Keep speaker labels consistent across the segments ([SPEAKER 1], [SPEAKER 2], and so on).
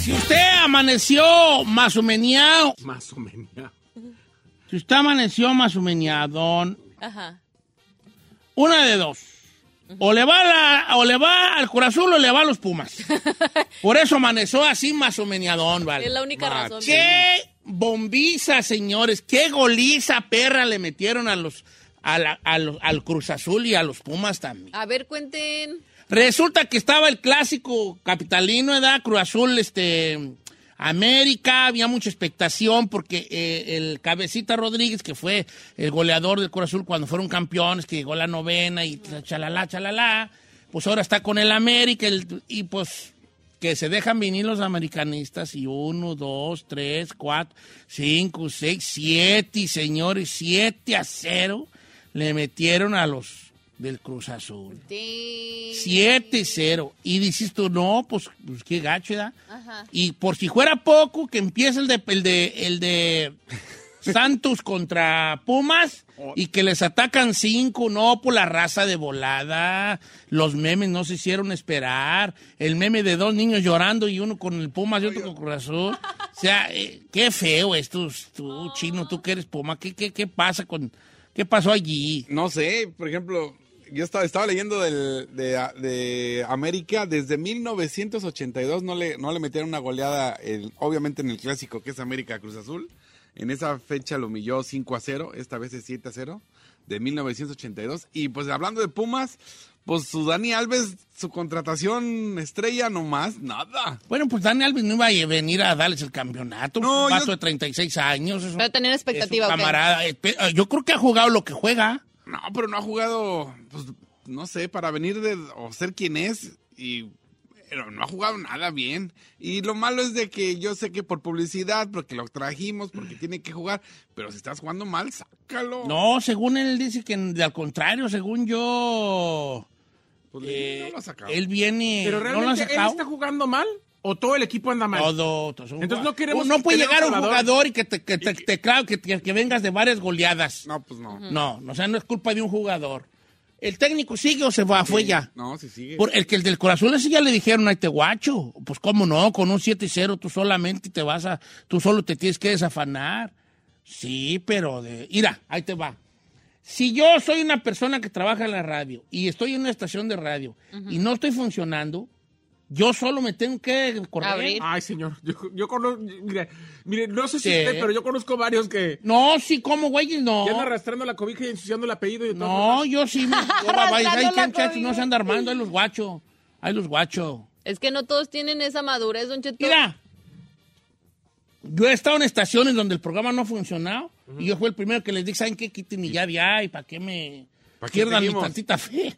[SPEAKER 1] Si usted amaneció más o menos,
[SPEAKER 2] Más o menos.
[SPEAKER 1] si usted amaneció más o menos,
[SPEAKER 3] Ajá.
[SPEAKER 1] una de dos. O le va la- o le va al corazón o le va a los Pumas. Por eso amaneció así más o menos, vale.
[SPEAKER 3] Es la única razón.
[SPEAKER 1] Qué bombiza, señores, qué goliza perra le metieron a los a la- a los- al Cruz Azul y a los Pumas también.
[SPEAKER 3] A ver, cuenten.
[SPEAKER 1] Resulta que estaba el clásico capitalino, ¿verdad? Cruz Azul, este, América, había mucha expectación porque eh, el Cabecita Rodríguez, que fue el goleador del Cruz Azul cuando fueron campeones, que llegó a la novena y chalala, chalala, pues ahora está con el América el- y pues que se dejan venir los americanistas y uno, dos, tres, cuatro, cinco, seis, siete, y señores, siete a cero le metieron a los del Cruz Azul.
[SPEAKER 3] Sí.
[SPEAKER 1] 7-0. Y dices tú, no, pues, pues qué gacho, ¿verdad?
[SPEAKER 3] Ajá.
[SPEAKER 1] Y por si fuera poco, que empiece el de, el de, el de Santos contra Pumas y que les atacan cinco, no, por la raza de volada. Los memes no se hicieron esperar. El meme de dos niños llorando y uno con el Pumas y otro con Corazón. O sea, eh, qué feo esto, tú, chino, tú que eres Puma. ¿Qué, qué, qué pasa con.? ¿Qué pasó allí?
[SPEAKER 2] No sé, por ejemplo, yo estaba, estaba leyendo del- de, de América, desde 1982 no le, no le metieron una goleada, en- obviamente en el clásico que es América Cruz Azul. En esa fecha lo humilló 5 a 0, esta vez es 7 a 0, de 1982. Y pues hablando de Pumas, pues su Dani Alves, su contratación estrella nomás, nada.
[SPEAKER 1] Bueno, pues Dani Alves no iba a venir a darles el campeonato.
[SPEAKER 2] No,
[SPEAKER 1] un vato
[SPEAKER 2] yo-
[SPEAKER 1] de 36 años. Es un,
[SPEAKER 3] Pero tenían expectativa,
[SPEAKER 1] es un
[SPEAKER 3] ¿ok?
[SPEAKER 1] camarada. Espe- ah, Yo creo que ha jugado lo que juega.
[SPEAKER 2] No, pero no ha jugado, pues, no sé, para venir de, o ser quien es, y pero no ha jugado nada bien. Y lo malo es de que yo sé que por publicidad, porque lo trajimos, porque tiene que jugar, pero si estás jugando mal, sácalo.
[SPEAKER 1] No, según él dice que de al contrario, según yo.
[SPEAKER 2] Pues, le-
[SPEAKER 1] eh,
[SPEAKER 2] no lo ha sacado.
[SPEAKER 1] él viene.
[SPEAKER 4] Pero
[SPEAKER 1] no lo han
[SPEAKER 4] realmente él
[SPEAKER 1] sacado.
[SPEAKER 4] está jugando mal o todo el equipo anda mal.
[SPEAKER 1] Todo, todo.
[SPEAKER 4] Entonces, no queremos
[SPEAKER 1] No
[SPEAKER 4] que
[SPEAKER 1] puede
[SPEAKER 4] tenga
[SPEAKER 1] llegar un
[SPEAKER 4] un jugador.
[SPEAKER 1] jugador y que te, que te- te clave- que, te- que vengas de varias goleadas.
[SPEAKER 2] No, pues no.
[SPEAKER 1] No, no, o sea, no es culpa de un jugador. ¿El técnico sigue o se va? Fue ya.
[SPEAKER 2] No, si sigue.
[SPEAKER 1] Por el que el del corazón ese ya le dijeron a este guacho, pues cómo no, con un 7-0 tú solamente te vas a, tú solo te tienes que desafanar. Sí, pero de, mira, ahí te va. Si yo soy una persona que trabaja en la radio y estoy en una estación de radio y no estoy funcionando, yo solo me tengo que correr.
[SPEAKER 3] Abrir.
[SPEAKER 4] Ay, señor, yo, yo conozco, mire, mire, no sé si
[SPEAKER 1] Sí.
[SPEAKER 4] usted, pero yo conozco varios que
[SPEAKER 1] No, sí, ¿cómo, güey? No.
[SPEAKER 4] ya andan arrastrando la cobija y ensuciando el apellido y todo.
[SPEAKER 1] No, yo sí me. yo, va, va, ahí,
[SPEAKER 3] Arrastrando la
[SPEAKER 1] ¿qué, muchachos? no
[SPEAKER 3] comida.
[SPEAKER 1] se anda armando, ahí los guachos. Ahí los guachos.
[SPEAKER 3] Es que no todos tienen esa madurez, don Cheto.
[SPEAKER 1] Mira, yo he estado en estaciones donde el programa no ha funcionado y yo fui el primero que les dije, ¿saben qué? Quiten mi llave ya y para qué me...
[SPEAKER 2] ¿Pa' qué
[SPEAKER 1] pierdan mi
[SPEAKER 2] seguimos?
[SPEAKER 1] tantita fe.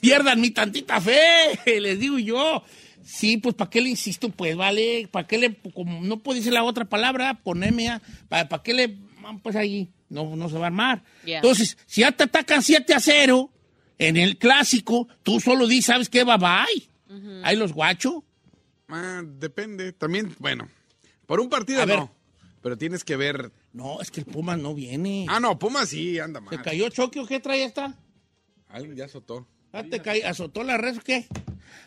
[SPEAKER 1] pierdan mi tantita fe, les digo yo. Sí, pues ¿para qué le insisto? Pues vale, ¿para qué le... como no puedo decir la otra palabra, poneme a... ¿Para, para qué le... Pues ahí, no, no se va a armar.
[SPEAKER 3] Ya.
[SPEAKER 1] Entonces, si ya te atacan 7 a 0 en el clásico, tú solo dices, ¿sabes qué? Bye bye. Ahí los guachos.
[SPEAKER 2] Ah, depende. También, bueno, por un partido
[SPEAKER 1] A ver.
[SPEAKER 2] no. Pero tienes que ver.
[SPEAKER 1] No, es que el Puma no viene.
[SPEAKER 2] Ah, no, Puma sí, anda
[SPEAKER 1] ¿Te
[SPEAKER 2] mal.
[SPEAKER 1] cayó Choque o qué trae esta?
[SPEAKER 2] Alguien ya azotó.
[SPEAKER 1] Ah, ¿Te cay- ¿Azotó la red o qué?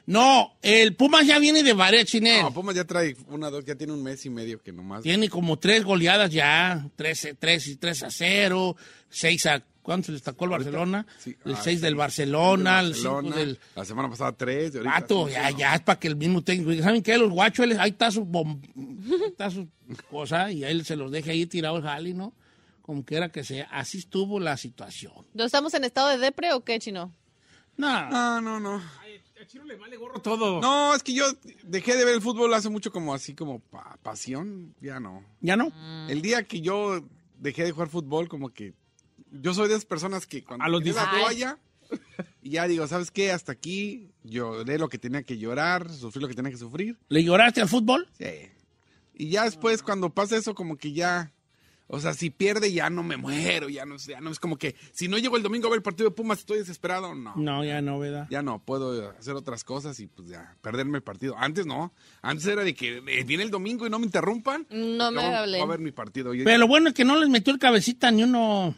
[SPEAKER 1] No, el Pumas ya viene de Baret, Chinel.
[SPEAKER 2] No, Pumas ya trae una, dos, ya tiene un mes y medio que nomás.
[SPEAKER 1] Tiene como tres goleadas ya, 3, 3, 3 a 0, 6 a... ¿Cuánto les sacó el Barcelona?
[SPEAKER 2] Sí,
[SPEAKER 1] el
[SPEAKER 2] ah,
[SPEAKER 1] 6 del
[SPEAKER 2] sí.
[SPEAKER 1] Barcelona, el 5
[SPEAKER 2] Barcelona,
[SPEAKER 1] del...
[SPEAKER 2] La semana pasada tres. y ahorita
[SPEAKER 1] Pato,
[SPEAKER 2] sí,
[SPEAKER 1] ya,
[SPEAKER 2] no.
[SPEAKER 1] ya, es para que el mismo técnico diga, ¿saben qué? Los guachos, ahí está su, bom- ahí está su cosa y él se los deja ahí tirados al jali, ¿no? Como quiera que sea, así estuvo la situación.
[SPEAKER 3] ¿No estamos en estado de depre o qué, chino?
[SPEAKER 1] No,
[SPEAKER 2] No, no, no.
[SPEAKER 4] A Chino le vale gorro todo.
[SPEAKER 2] No, es que yo dejé de ver el fútbol hace mucho como así como pa- pasión. Ya no.
[SPEAKER 1] ya no.
[SPEAKER 2] El día que yo dejé de jugar fútbol, como que yo soy de esas personas que cuando
[SPEAKER 4] A los
[SPEAKER 2] tiré la
[SPEAKER 3] 16.
[SPEAKER 2] toalla, y ya digo, ¿sabes qué? Hasta aquí lloré lo que tenía que llorar, sufrí lo que tenía que sufrir.
[SPEAKER 1] ¿Le lloraste al fútbol?
[SPEAKER 2] Sí. Y ya después, cuando pasa eso, como que ya. O sea, si pierde, ya no me muero, ya no, sé, ya no es como que si no llego el domingo a ver el partido de Pumas, estoy desesperado. No,
[SPEAKER 1] No, ya no, ¿verdad?
[SPEAKER 2] ya no, puedo hacer otras cosas y pues ya, perderme el partido. Antes no, antes era de que eh, viene el domingo y no me interrumpan.
[SPEAKER 3] No me hablen.
[SPEAKER 2] Voy a ver mi partido. Y-
[SPEAKER 1] Pero lo bueno es que no les metió el cabecita ni uno...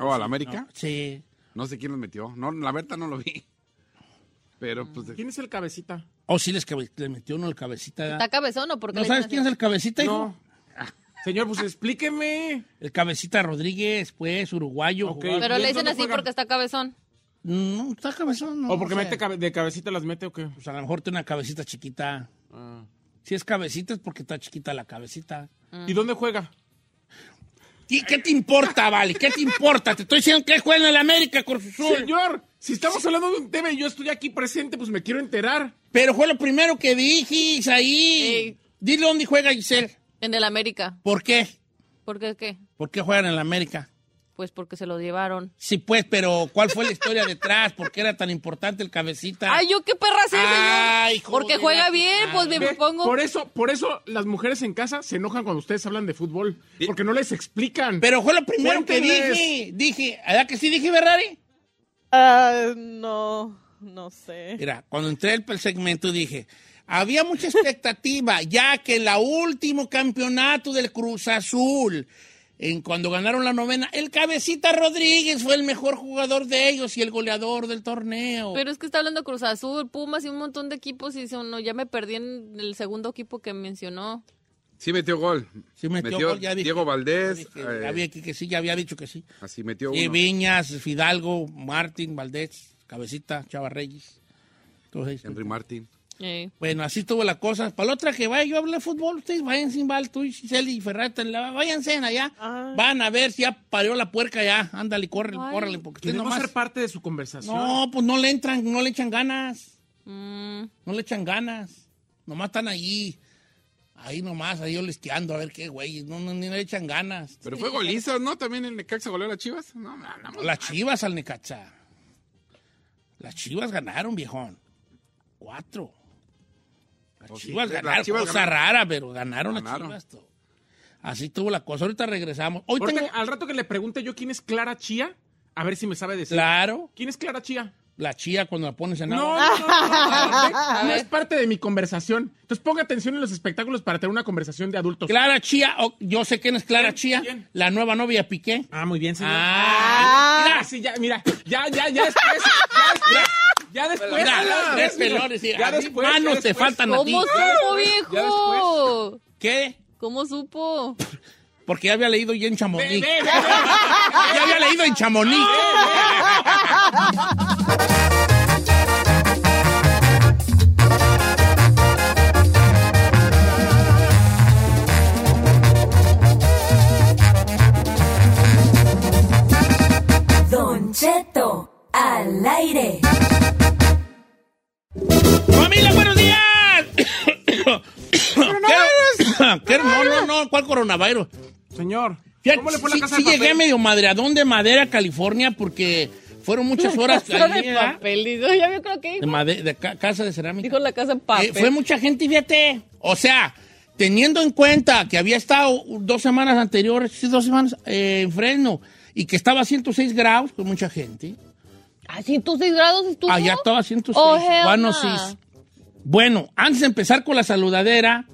[SPEAKER 2] ¿O al América?
[SPEAKER 1] Sí.
[SPEAKER 2] No sé quién los metió. No, la verdad no lo vi. Pero pues. de-
[SPEAKER 4] ¿Quién es el cabecita?
[SPEAKER 1] O sí les, cabe- le metió uno el cabecita. ¿verdad?
[SPEAKER 3] ¿Está cabezón o por qué
[SPEAKER 1] ¿No
[SPEAKER 3] le
[SPEAKER 1] sabes
[SPEAKER 3] dicen
[SPEAKER 1] quién es
[SPEAKER 3] así?
[SPEAKER 1] el cabecita, hijo?
[SPEAKER 4] No. Señor, pues explíqueme.
[SPEAKER 1] El cabecita Rodríguez, pues, uruguayo.
[SPEAKER 4] Ok.
[SPEAKER 1] jugaba-
[SPEAKER 3] Pero le
[SPEAKER 4] ¿Dónde
[SPEAKER 3] dicen así
[SPEAKER 4] juegan?
[SPEAKER 3] porque está cabezón.
[SPEAKER 1] No, está cabezón. No,
[SPEAKER 4] ¿O porque
[SPEAKER 1] no sé.
[SPEAKER 4] mete cabe- de cabecita las mete o qué?
[SPEAKER 1] Pues a lo mejor tiene una cabecita chiquita. Si es cabecita es porque está chiquita la cabecita.
[SPEAKER 4] ¿Y dónde juega?
[SPEAKER 1] ¿Y qué te importa, Vale? ¿Qué te importa? Te estoy diciendo que juega en el América, Cruz Azul.
[SPEAKER 4] Señor, si estamos hablando de un tema y yo estoy aquí presente, pues me quiero enterar.
[SPEAKER 1] Pero fue lo primero que dijiste ahí.
[SPEAKER 3] Sí.
[SPEAKER 1] Dile dónde juega Giselle.
[SPEAKER 3] En el América.
[SPEAKER 1] ¿Por qué?
[SPEAKER 3] ¿Por qué qué?
[SPEAKER 1] ¿Por qué juegan en el América?
[SPEAKER 3] Pues porque se lo llevaron.
[SPEAKER 1] Sí, pues, pero ¿cuál fue la historia detrás? ¿Por qué era tan importante el cabecita?
[SPEAKER 3] Ay, yo qué perra sé,
[SPEAKER 1] Ah. Ay,
[SPEAKER 3] señor. Porque
[SPEAKER 1] joder,
[SPEAKER 3] juega
[SPEAKER 1] la-
[SPEAKER 3] bien, pues me
[SPEAKER 4] Ve,
[SPEAKER 3] pongo.
[SPEAKER 4] Por eso, por eso las mujeres en casa se enojan cuando ustedes hablan de fútbol. Porque no les explican.
[SPEAKER 1] Pero fue lo primero que
[SPEAKER 4] Cuéntenles.
[SPEAKER 1] dije. Dije, ¿verdad que sí dije, Ferrari?
[SPEAKER 5] Ah, no, no sé.
[SPEAKER 1] Mira, cuando entré al segmento dije, había mucha expectativa, ya que el último campeonato del Cruz Azul, en cuando ganaron la novena, el Cabecita Rodríguez fue el mejor jugador de ellos y el goleador del torneo.
[SPEAKER 3] Pero es que está hablando Cruz Azul, Pumas y un montón de equipos y dice uno, ya me perdí en el segundo equipo que mencionó.
[SPEAKER 2] Sí metió gol.
[SPEAKER 1] Sí metió gol, ya dije.
[SPEAKER 2] Diego Valdés.
[SPEAKER 1] Dije,
[SPEAKER 2] eh,
[SPEAKER 1] ya vi aquí que sí, ya había dicho que sí.
[SPEAKER 2] así metió
[SPEAKER 1] Sí,
[SPEAKER 2] uno.
[SPEAKER 1] Viñas, Fidalgo, Martín, Valdés, Cabecita, Chava Reyes. Entonces,
[SPEAKER 2] Henry Martin.
[SPEAKER 3] Eh.
[SPEAKER 1] Bueno, así estuvo la cosa. Para la otra que vaya yo a hablar de fútbol, ustedes vayan sin bal, tú y Giselle y Ferrata, váyanse allá. Van a ver si ya parió la puerca ya. Ándale, córrele,
[SPEAKER 3] Ay.
[SPEAKER 1] córrele, porque ustedes
[SPEAKER 4] Queremos
[SPEAKER 1] nomás...
[SPEAKER 4] ser parte de su conversación.
[SPEAKER 1] No, pues no le entran, no le echan ganas.
[SPEAKER 3] Mm,
[SPEAKER 1] No le echan ganas. Nomás están allí. Ahí nomás, ahí olisteando a ver qué, güey. No, no, ni le echan ganas.
[SPEAKER 2] Pero fue golizas, ¿no? También el Necaxa goleó a las Chivas. No, no, no.
[SPEAKER 1] Las chivas al Necaxa. Las chivas ganaron, viejón. Cuatro. Las
[SPEAKER 4] Oh,
[SPEAKER 2] Pues sí,
[SPEAKER 1] chivas
[SPEAKER 2] las
[SPEAKER 1] ganaron.
[SPEAKER 2] Chivas
[SPEAKER 1] cosa
[SPEAKER 2] ganaron.
[SPEAKER 1] rara, pero ganaron, las
[SPEAKER 2] Ganaron.
[SPEAKER 1] chivas. todo. Así tuvo la cosa. Ahorita regresamos. Hoy
[SPEAKER 4] Ahorita,
[SPEAKER 1] tengo...
[SPEAKER 4] Al rato que Ah, le pregunte yo quién es Clara Chía, a ver si me sabe decir.
[SPEAKER 1] Claro,
[SPEAKER 4] ¿Quién es Clara Chía?
[SPEAKER 1] la chía cuando la pones en
[SPEAKER 4] No,
[SPEAKER 1] agua.
[SPEAKER 4] no, no, no, no, no
[SPEAKER 3] ver.
[SPEAKER 4] es parte de mi conversación. Entonces ponga atención en los espectáculos para tener una conversación de adultos.
[SPEAKER 1] Clara Chía, oh, yo sé quién es Clara
[SPEAKER 4] ¿Quién?
[SPEAKER 1] Chía,
[SPEAKER 4] ¿Quién?
[SPEAKER 1] la nueva novia de Piqué.
[SPEAKER 4] Ah, muy bien, señor.
[SPEAKER 1] Ah.
[SPEAKER 4] mira, sí, ya, mira, ya, ya, ya después, ya después, ya después.
[SPEAKER 1] Mira,
[SPEAKER 4] ya
[SPEAKER 1] tres
[SPEAKER 4] después,
[SPEAKER 1] pelones, sí.
[SPEAKER 4] ya
[SPEAKER 1] A mí
[SPEAKER 4] después,
[SPEAKER 1] manos
[SPEAKER 4] ya
[SPEAKER 1] te
[SPEAKER 4] después. Oh,
[SPEAKER 1] faltan a ti.
[SPEAKER 3] ¿Cómo supo,
[SPEAKER 4] Ya
[SPEAKER 3] viejo?
[SPEAKER 1] ¿Qué?
[SPEAKER 3] ¿Cómo supo?
[SPEAKER 1] Porque ya había leído ya en
[SPEAKER 4] Ve,
[SPEAKER 1] Chamonix.
[SPEAKER 4] ve, ve.
[SPEAKER 1] Ya había leído en Chamonix.
[SPEAKER 4] Ah,
[SPEAKER 6] Don Cheto, al aire.
[SPEAKER 1] ¡Familia, buenos días! ¡Coronavirus! no, no, no, ¿cuál coronavirus?
[SPEAKER 4] Señor,
[SPEAKER 1] Fíjate,
[SPEAKER 4] ¿cómo le fue
[SPEAKER 1] sí,
[SPEAKER 4] la casa
[SPEAKER 1] sí
[SPEAKER 4] de
[SPEAKER 1] llegué
[SPEAKER 4] papel?
[SPEAKER 1] medio madreadón de madera, California, porque fueron muchas horas
[SPEAKER 3] Casa
[SPEAKER 1] ahí,
[SPEAKER 3] de
[SPEAKER 1] ¿verdad?
[SPEAKER 3] papel, dice. Ya veo creo que
[SPEAKER 1] De,
[SPEAKER 3] dijo,
[SPEAKER 1] made- de ca- casa de cerámica.
[SPEAKER 3] dijo la casa de papel.
[SPEAKER 1] Eh, fue mucha gente, fíjate. O sea, teniendo en cuenta que había estado dos semanas anteriores, sí, dos semanas eh, en Fresno, y que estaba a 106 grados, con mucha gente.
[SPEAKER 3] ¿A 106 grados estuvo?
[SPEAKER 1] Allá estaba 106.
[SPEAKER 3] Oh, hell
[SPEAKER 1] Guano,
[SPEAKER 3] nah.
[SPEAKER 1] sí. Bueno, antes de empezar con la saludadera,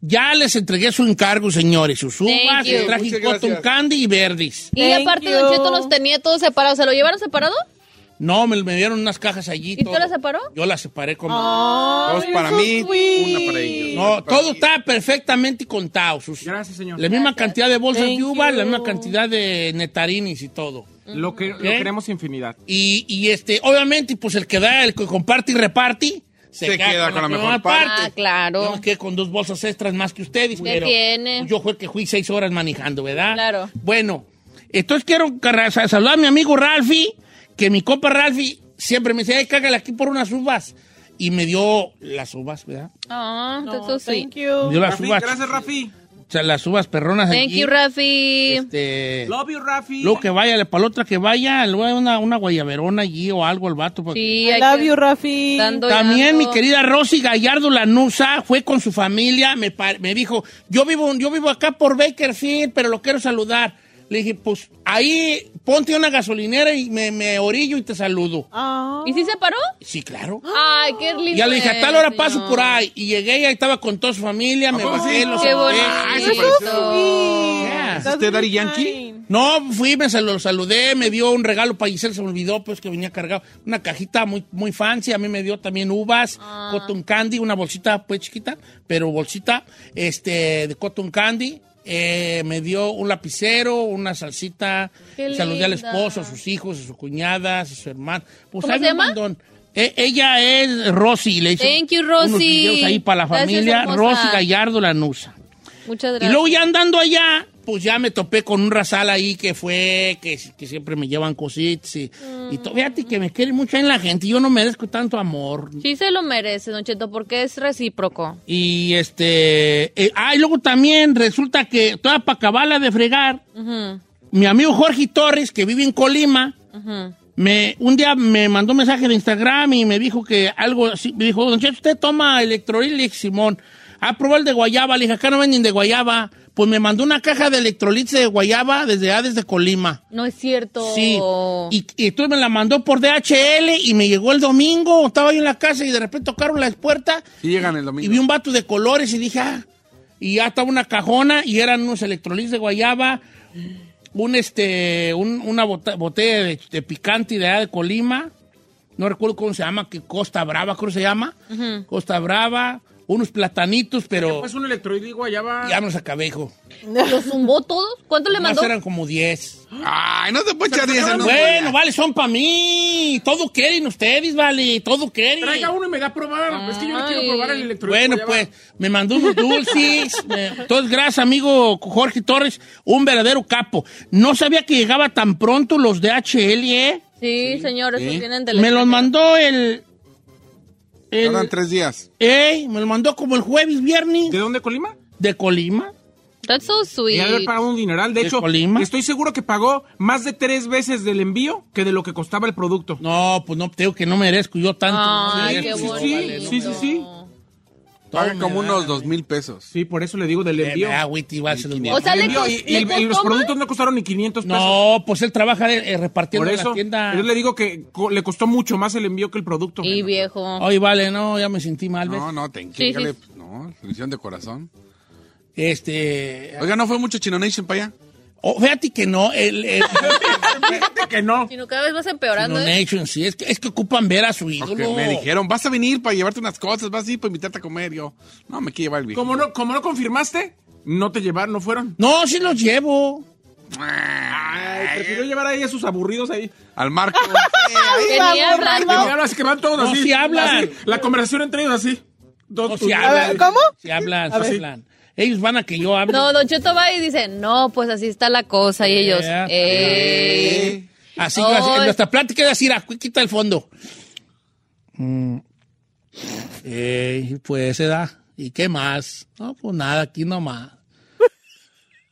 [SPEAKER 1] ya les entregué su encargo, señores. Sus uvas,
[SPEAKER 3] you.
[SPEAKER 1] les traje
[SPEAKER 2] Muchas
[SPEAKER 1] cotton
[SPEAKER 2] gracias.
[SPEAKER 1] candy y verdes.
[SPEAKER 3] Y aparte,
[SPEAKER 5] Thank
[SPEAKER 3] Don
[SPEAKER 5] you.
[SPEAKER 3] Cheto los tenía todos separados. ¿Se lo llevaron separado?
[SPEAKER 1] No, me, me dieron unas cajas allí.
[SPEAKER 3] ¿Y tú
[SPEAKER 1] todo.
[SPEAKER 3] las separó? Ah.
[SPEAKER 1] Yo las separé como...
[SPEAKER 2] Dos para mí, una para ellos.
[SPEAKER 1] No, todo está perfectamente contado. Sus, la
[SPEAKER 4] Gracias, señor.
[SPEAKER 1] misma cantidad de bolsas
[SPEAKER 3] Thank
[SPEAKER 1] de uva, la
[SPEAKER 3] you.
[SPEAKER 1] misma cantidad de nectarinis y todo.
[SPEAKER 4] Lo, que, lo
[SPEAKER 1] ¿Eh?
[SPEAKER 4] queremos infinidad.
[SPEAKER 1] Y, y, este, obviamente, pues el que da, el que comparte y reparte, se,
[SPEAKER 2] Se queda con la mejor parte.
[SPEAKER 3] Ah, claro.
[SPEAKER 1] Yo me quedé con dos bolsas extras más que ustedes.
[SPEAKER 3] ¿Qué
[SPEAKER 1] pero
[SPEAKER 3] tiene?
[SPEAKER 1] Yo fue el que fui seis horas manejando, ¿verdad?
[SPEAKER 3] Claro.
[SPEAKER 1] Bueno, entonces quiero carra- sa- saludar a mi amigo Ralfi, que mi compa Ralfi siempre me dice, ay, cágale aquí por unas uvas. Y me dio las uvas, ¿verdad?
[SPEAKER 3] Ah,
[SPEAKER 5] No,
[SPEAKER 3] that's so sweet.
[SPEAKER 5] thank you.
[SPEAKER 1] Me dio las
[SPEAKER 4] Rafi,
[SPEAKER 1] uvas.
[SPEAKER 4] gracias, Rafi.
[SPEAKER 1] O sea, las uvas perronas
[SPEAKER 3] Thank
[SPEAKER 1] allí.
[SPEAKER 3] you, Rafi.
[SPEAKER 1] Este,
[SPEAKER 4] Love you, Rafi.
[SPEAKER 1] luego que vaya, para la otra que vaya, luego hay una, una guayaberona allí o algo al vato. para que-
[SPEAKER 3] Sí,
[SPEAKER 5] I
[SPEAKER 3] hay
[SPEAKER 5] love
[SPEAKER 3] que-
[SPEAKER 5] you, Rafi.
[SPEAKER 3] dando y
[SPEAKER 1] También
[SPEAKER 3] dando.
[SPEAKER 1] mi querida Rosy Gallardo Lanusa fue con su familia, me, par- me dijo, yo vivo, yo vivo acá por Bakerfield, pero lo quiero saludar. Le dije, pues ahí ponte una gasolinera y me, me orillo y te saludo.
[SPEAKER 5] Ah.
[SPEAKER 3] ¿Y si se paró?
[SPEAKER 1] Sí, claro.
[SPEAKER 3] Ay, qué lindo.
[SPEAKER 1] Ya le dije, a tal hora paso
[SPEAKER 3] señor.
[SPEAKER 1] por ahí. Y llegué y ahí estaba con toda su familia, me bajé, los
[SPEAKER 3] Qué
[SPEAKER 1] saludé. pues,
[SPEAKER 3] bonito.
[SPEAKER 1] Yes.
[SPEAKER 5] That's
[SPEAKER 2] ¿Usted, Daddy
[SPEAKER 5] really
[SPEAKER 2] Yankee?
[SPEAKER 5] kind.
[SPEAKER 1] No, fui, me sal- lo saludé, me dio un regalo para Giselle, se me olvidó, pues que venía cargado. Una cajita muy, muy fancy, a mí me dio también uvas,
[SPEAKER 3] Ah.
[SPEAKER 1] cotton candy, una bolsita, pues chiquita, pero bolsita, este, de cotton candy. Eh, me dio un lapicero, una salsita,
[SPEAKER 3] Qué
[SPEAKER 1] saludé al
[SPEAKER 3] linda.
[SPEAKER 1] esposo, a sus hijos, a su cuñada, a su hermano. Pues,
[SPEAKER 3] ¿Cómo
[SPEAKER 1] hay
[SPEAKER 3] se
[SPEAKER 1] un
[SPEAKER 3] llama?
[SPEAKER 1] montón. Eh, ella es Rosy, le hice
[SPEAKER 3] Thank you,
[SPEAKER 1] unos
[SPEAKER 3] Rosy.
[SPEAKER 1] videos ahí para la
[SPEAKER 3] Gracias,
[SPEAKER 1] familia,
[SPEAKER 3] hermosa.
[SPEAKER 1] Rosy Gallardo Lanusa.
[SPEAKER 3] Muchas
[SPEAKER 1] Y
[SPEAKER 3] gracias.
[SPEAKER 1] luego ya andando allá, pues ya me topé con un rasal ahí que fue, que, que siempre me llevan cositas y, y todo. Fíjate que me quiere mucho en la gente y yo no merezco tanto amor.
[SPEAKER 3] Sí se lo merece, Don Cheto, porque es recíproco.
[SPEAKER 1] Y este, eh, ah, y luego también resulta que toda pa' cabala de fregar, mi amigo Jorge Torres, que vive en Colima, me, un día me mandó un mensaje de Instagram y me dijo que algo así, me dijo, Don Cheto, usted toma electrolil, le dije, Simón, ha probado el de guayaba, le dije, acá no venden de guayaba, pues me mandó una caja de electrolit de guayaba desde A, desde Colima.
[SPEAKER 3] No es cierto.
[SPEAKER 1] Sí. Y, y entonces me la mandó por DHL y me llegó el domingo, estaba yo en la casa y de repente tocaron las puertas
[SPEAKER 2] Sí llegan
[SPEAKER 1] y
[SPEAKER 2] el
[SPEAKER 1] vi
[SPEAKER 2] domingo.
[SPEAKER 1] un vato de colores y dije, ah, y ya estaba una cajona y eran unos electrolits de guayaba, un este, un- una bota- botella de, de picante de allá de Colima, no recuerdo cómo se llama, que Costa Brava creo que se llama, Costa Brava, unos platanitos, pero
[SPEAKER 4] Pues un electroid de guayaba.
[SPEAKER 1] ya me los acabé, hijo.
[SPEAKER 3] ¿Los zumbó todos? ¿Cuánto le
[SPEAKER 1] Más
[SPEAKER 3] mandó?
[SPEAKER 1] eran como 10.
[SPEAKER 2] Ay, no te puedes echar ese, no
[SPEAKER 1] bueno, vale, son para mí. Todo quieren ustedes, vale, todo quieren.
[SPEAKER 4] Traiga uno y me da a probar. Es que yo no
[SPEAKER 3] Ay.
[SPEAKER 4] quiero probar el electroid de
[SPEAKER 1] Bueno,
[SPEAKER 4] guayaba.
[SPEAKER 1] pues me mandó unos dulces. me- Entonces, gracias, amigo Jorge Torres, un verdadero capo. No sabía que llegaba tan pronto los de HL, ¿eh?
[SPEAKER 3] Sí, señor, esos vienen del
[SPEAKER 1] Me los mandó el. el-
[SPEAKER 2] Tardan tres días.
[SPEAKER 1] ey, me lo mandó como el jueves,
[SPEAKER 4] ¿De
[SPEAKER 1] viernes,
[SPEAKER 4] dónde, Colima?
[SPEAKER 1] de Colima.
[SPEAKER 3] That's so
[SPEAKER 4] Y
[SPEAKER 3] sweet.
[SPEAKER 4] haber pagado un dineral. De
[SPEAKER 1] ¿De
[SPEAKER 4] hecho,
[SPEAKER 1] Colima?
[SPEAKER 4] estoy seguro que pagó más de tres veces del envío que de lo que costaba el producto.
[SPEAKER 1] No, pues no, te digo que no merezco yo tanto.
[SPEAKER 3] Ay,
[SPEAKER 1] Sí,
[SPEAKER 3] qué
[SPEAKER 1] sí,
[SPEAKER 3] bonito.
[SPEAKER 1] sí,
[SPEAKER 4] sí, sí, sí.
[SPEAKER 1] todo
[SPEAKER 2] Pagan
[SPEAKER 1] me
[SPEAKER 2] como
[SPEAKER 1] da.
[SPEAKER 2] unos dos mil pesos.
[SPEAKER 4] Sí, por eso le digo del
[SPEAKER 1] Eh,
[SPEAKER 4] envío.
[SPEAKER 1] ah, güey, te iba a hacer los
[SPEAKER 3] O sea,
[SPEAKER 4] El
[SPEAKER 3] le
[SPEAKER 4] envío
[SPEAKER 3] cos-
[SPEAKER 4] y,
[SPEAKER 3] le
[SPEAKER 4] y- y los
[SPEAKER 3] costó
[SPEAKER 4] productos no costaron ni 500 pesos.
[SPEAKER 1] No, pues él trabaja eh, repartiendo
[SPEAKER 4] Por
[SPEAKER 1] en la
[SPEAKER 4] eso,
[SPEAKER 1] tienda.
[SPEAKER 4] yo le digo que co- le costó mucho más el envío que el producto.
[SPEAKER 3] Y viejo.
[SPEAKER 1] Ay, vale, no, ya me sentí mal, ¿ves?
[SPEAKER 2] No, no, te
[SPEAKER 3] Sí, sí.
[SPEAKER 2] encárgale. No, solución de corazón.
[SPEAKER 1] Este.
[SPEAKER 2] Oiga, ¿no fue mucho Chino Nation para allá?
[SPEAKER 1] oh, fíjate que no, el, el-
[SPEAKER 4] Fíjate que no.
[SPEAKER 3] Sino cada vez vas empeorando,
[SPEAKER 1] Chino
[SPEAKER 3] ¿eh?
[SPEAKER 1] Nation, sí, es que, es que ocupan ver a su
[SPEAKER 2] Porque
[SPEAKER 1] ídolo.
[SPEAKER 2] me dijeron, vas a venir para llevarte unas cosas, vas a ir para invitarte a comer. Yo, no, me quiero llevar el viejo.
[SPEAKER 4] Como no, como no confirmaste, no te llevaron, no fueron.
[SPEAKER 1] No, sí los llevo. Eh.
[SPEAKER 4] Ay, prefirió llevar ahí a sus aburridos ahí.
[SPEAKER 2] Al marco.
[SPEAKER 3] Que ni hablan.
[SPEAKER 4] Que ni hablan, así que van todos
[SPEAKER 1] No,
[SPEAKER 4] así.
[SPEAKER 1] sí hablan.
[SPEAKER 4] así, la conversación entre ellos así. Dos
[SPEAKER 1] No, sí
[SPEAKER 4] tuyos.
[SPEAKER 1] hablan.
[SPEAKER 5] ver, ¿cómo?
[SPEAKER 1] Sí hablan,
[SPEAKER 5] A
[SPEAKER 1] sí
[SPEAKER 5] ver.
[SPEAKER 1] hablan. Ellos van a que yo hable.
[SPEAKER 3] No, Don Cheto va y dice, no, pues así está la cosa. Y ellos,
[SPEAKER 1] Yeah.
[SPEAKER 3] eh.
[SPEAKER 1] Así,
[SPEAKER 3] Oh,
[SPEAKER 1] así, en
[SPEAKER 3] es-
[SPEAKER 1] nuestra plática es así, ah, quita el fondo. Mm. Eh, pues se da. ¿Y qué más? No, pues nada, aquí nomás.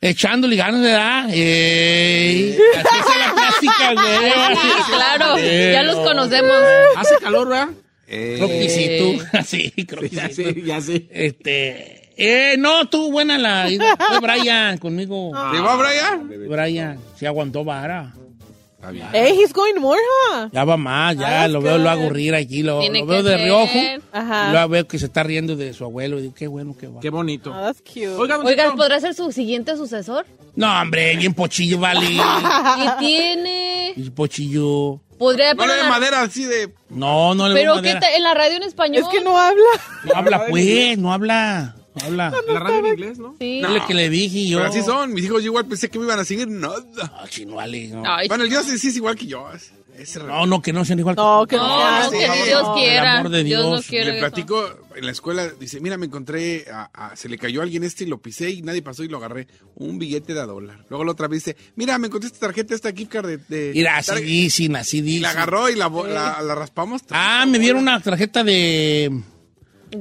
[SPEAKER 1] Echándole ganas de da. Eh, así es la plática, güey.
[SPEAKER 3] Sí, claro,
[SPEAKER 1] Eh,
[SPEAKER 3] ya los
[SPEAKER 1] no.
[SPEAKER 3] conocemos.
[SPEAKER 4] Hace calor, ¿verdad?
[SPEAKER 1] Creo que sí,
[SPEAKER 3] Eh.
[SPEAKER 1] tú. Así, creo que
[SPEAKER 4] Ya
[SPEAKER 1] sí, tú.
[SPEAKER 4] sé, ya sé.
[SPEAKER 1] Este. Eh, no, tú, buena la. Fue Brian conmigo.
[SPEAKER 2] ¿Llegó a Brian?
[SPEAKER 1] Brian se aguantó vara.
[SPEAKER 2] Está bien.
[SPEAKER 5] Hey, he's going more, huh?
[SPEAKER 1] Ya va más, ya lo veo, lo hago rir aquí, lo,
[SPEAKER 3] Tiene
[SPEAKER 1] lo veo
[SPEAKER 3] que
[SPEAKER 1] de
[SPEAKER 3] ser.
[SPEAKER 1] reojo.
[SPEAKER 5] Ajá.
[SPEAKER 1] y Lo veo que se está riendo de su abuelo. Y digo, qué bueno que va.
[SPEAKER 4] Qué bonito.
[SPEAKER 5] Oh, that's cute.
[SPEAKER 4] Oiga, don
[SPEAKER 3] Oigan,
[SPEAKER 4] Cheto,
[SPEAKER 3] ¿podrá ser su siguiente sucesor?
[SPEAKER 1] No, hombre, bien pochillo, vale.
[SPEAKER 3] Y tiene.
[SPEAKER 1] Y pochillo.
[SPEAKER 3] Podría
[SPEAKER 2] No
[SPEAKER 3] pero
[SPEAKER 2] le
[SPEAKER 3] en
[SPEAKER 2] de
[SPEAKER 3] la-
[SPEAKER 2] madera así de.
[SPEAKER 1] No, no le doy
[SPEAKER 3] Pero ¿qué
[SPEAKER 1] madera.
[SPEAKER 3] tal en la radio en español.
[SPEAKER 5] Es que no habla.
[SPEAKER 1] No habla, pues, no habla. No habla.
[SPEAKER 4] La radio en inglés, ¿no?
[SPEAKER 3] Sí.
[SPEAKER 1] Dile que le dije yo. "Ah,
[SPEAKER 2] Pero así son. Mis hijos yo igual pensé que me iban a seguir. Nada.
[SPEAKER 1] No, chino, Ale, no.
[SPEAKER 3] Ay,
[SPEAKER 2] Bueno, el Dios sí es igual que yo. Es- es raro.
[SPEAKER 1] no, no, que no sean igual. que-
[SPEAKER 5] No, que no,
[SPEAKER 3] no, no,
[SPEAKER 5] sea
[SPEAKER 3] que
[SPEAKER 5] así.
[SPEAKER 3] Dios
[SPEAKER 5] No.
[SPEAKER 3] quiera.
[SPEAKER 1] El amor de
[SPEAKER 3] Dios
[SPEAKER 1] Dios.
[SPEAKER 3] no quiere.
[SPEAKER 2] Le
[SPEAKER 3] eso.
[SPEAKER 2] platico en la escuela, dice, mira, me encontré, a- a- se le cayó a alguien este y lo pisé y nadie pasó y lo agarré. Un billete de a dólar. Luego la otra vez dice, mira, me encontré esta tarjeta, esta gift card de... de-
[SPEAKER 1] Mira, así
[SPEAKER 2] tar-
[SPEAKER 1] dicen, así
[SPEAKER 2] y
[SPEAKER 1] dicen.
[SPEAKER 2] la agarró y la, bo- la, la raspamos.
[SPEAKER 1] Ah, me dieron una tarjeta de,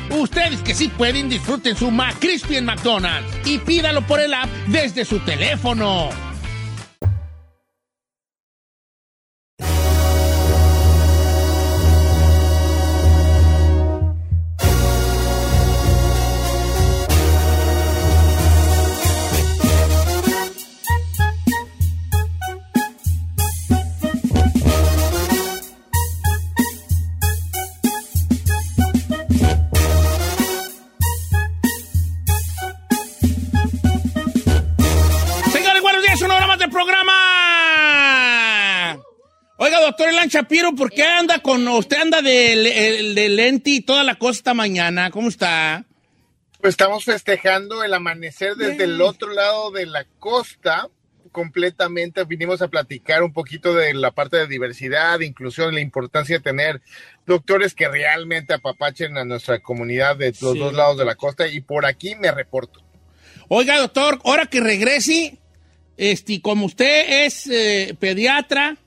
[SPEAKER 1] Ustedes que sí pueden, disfruten su McCrispy en McDonald's y pídalo por el app desde su teléfono. Señores, buenos días, una hora más del programa. Oiga, doctor Elan Shapiro, ¿por qué anda con usted anda de, le- de lente y toda la cosa esta mañana? ¿Cómo está?
[SPEAKER 7] Pues estamos festejando el amanecer desde el otro lado de la costa
[SPEAKER 2] completamente. Vinimos a platicar un poquito de la parte de diversidad, de inclusión, la importancia de tener doctores que realmente apapachen a nuestra comunidad de los
[SPEAKER 1] Sí.
[SPEAKER 2] dos lados de la costa. Y por aquí me reporto.
[SPEAKER 1] Oiga, doctor, ahora que regrese, este, como usted es eh, pediatra,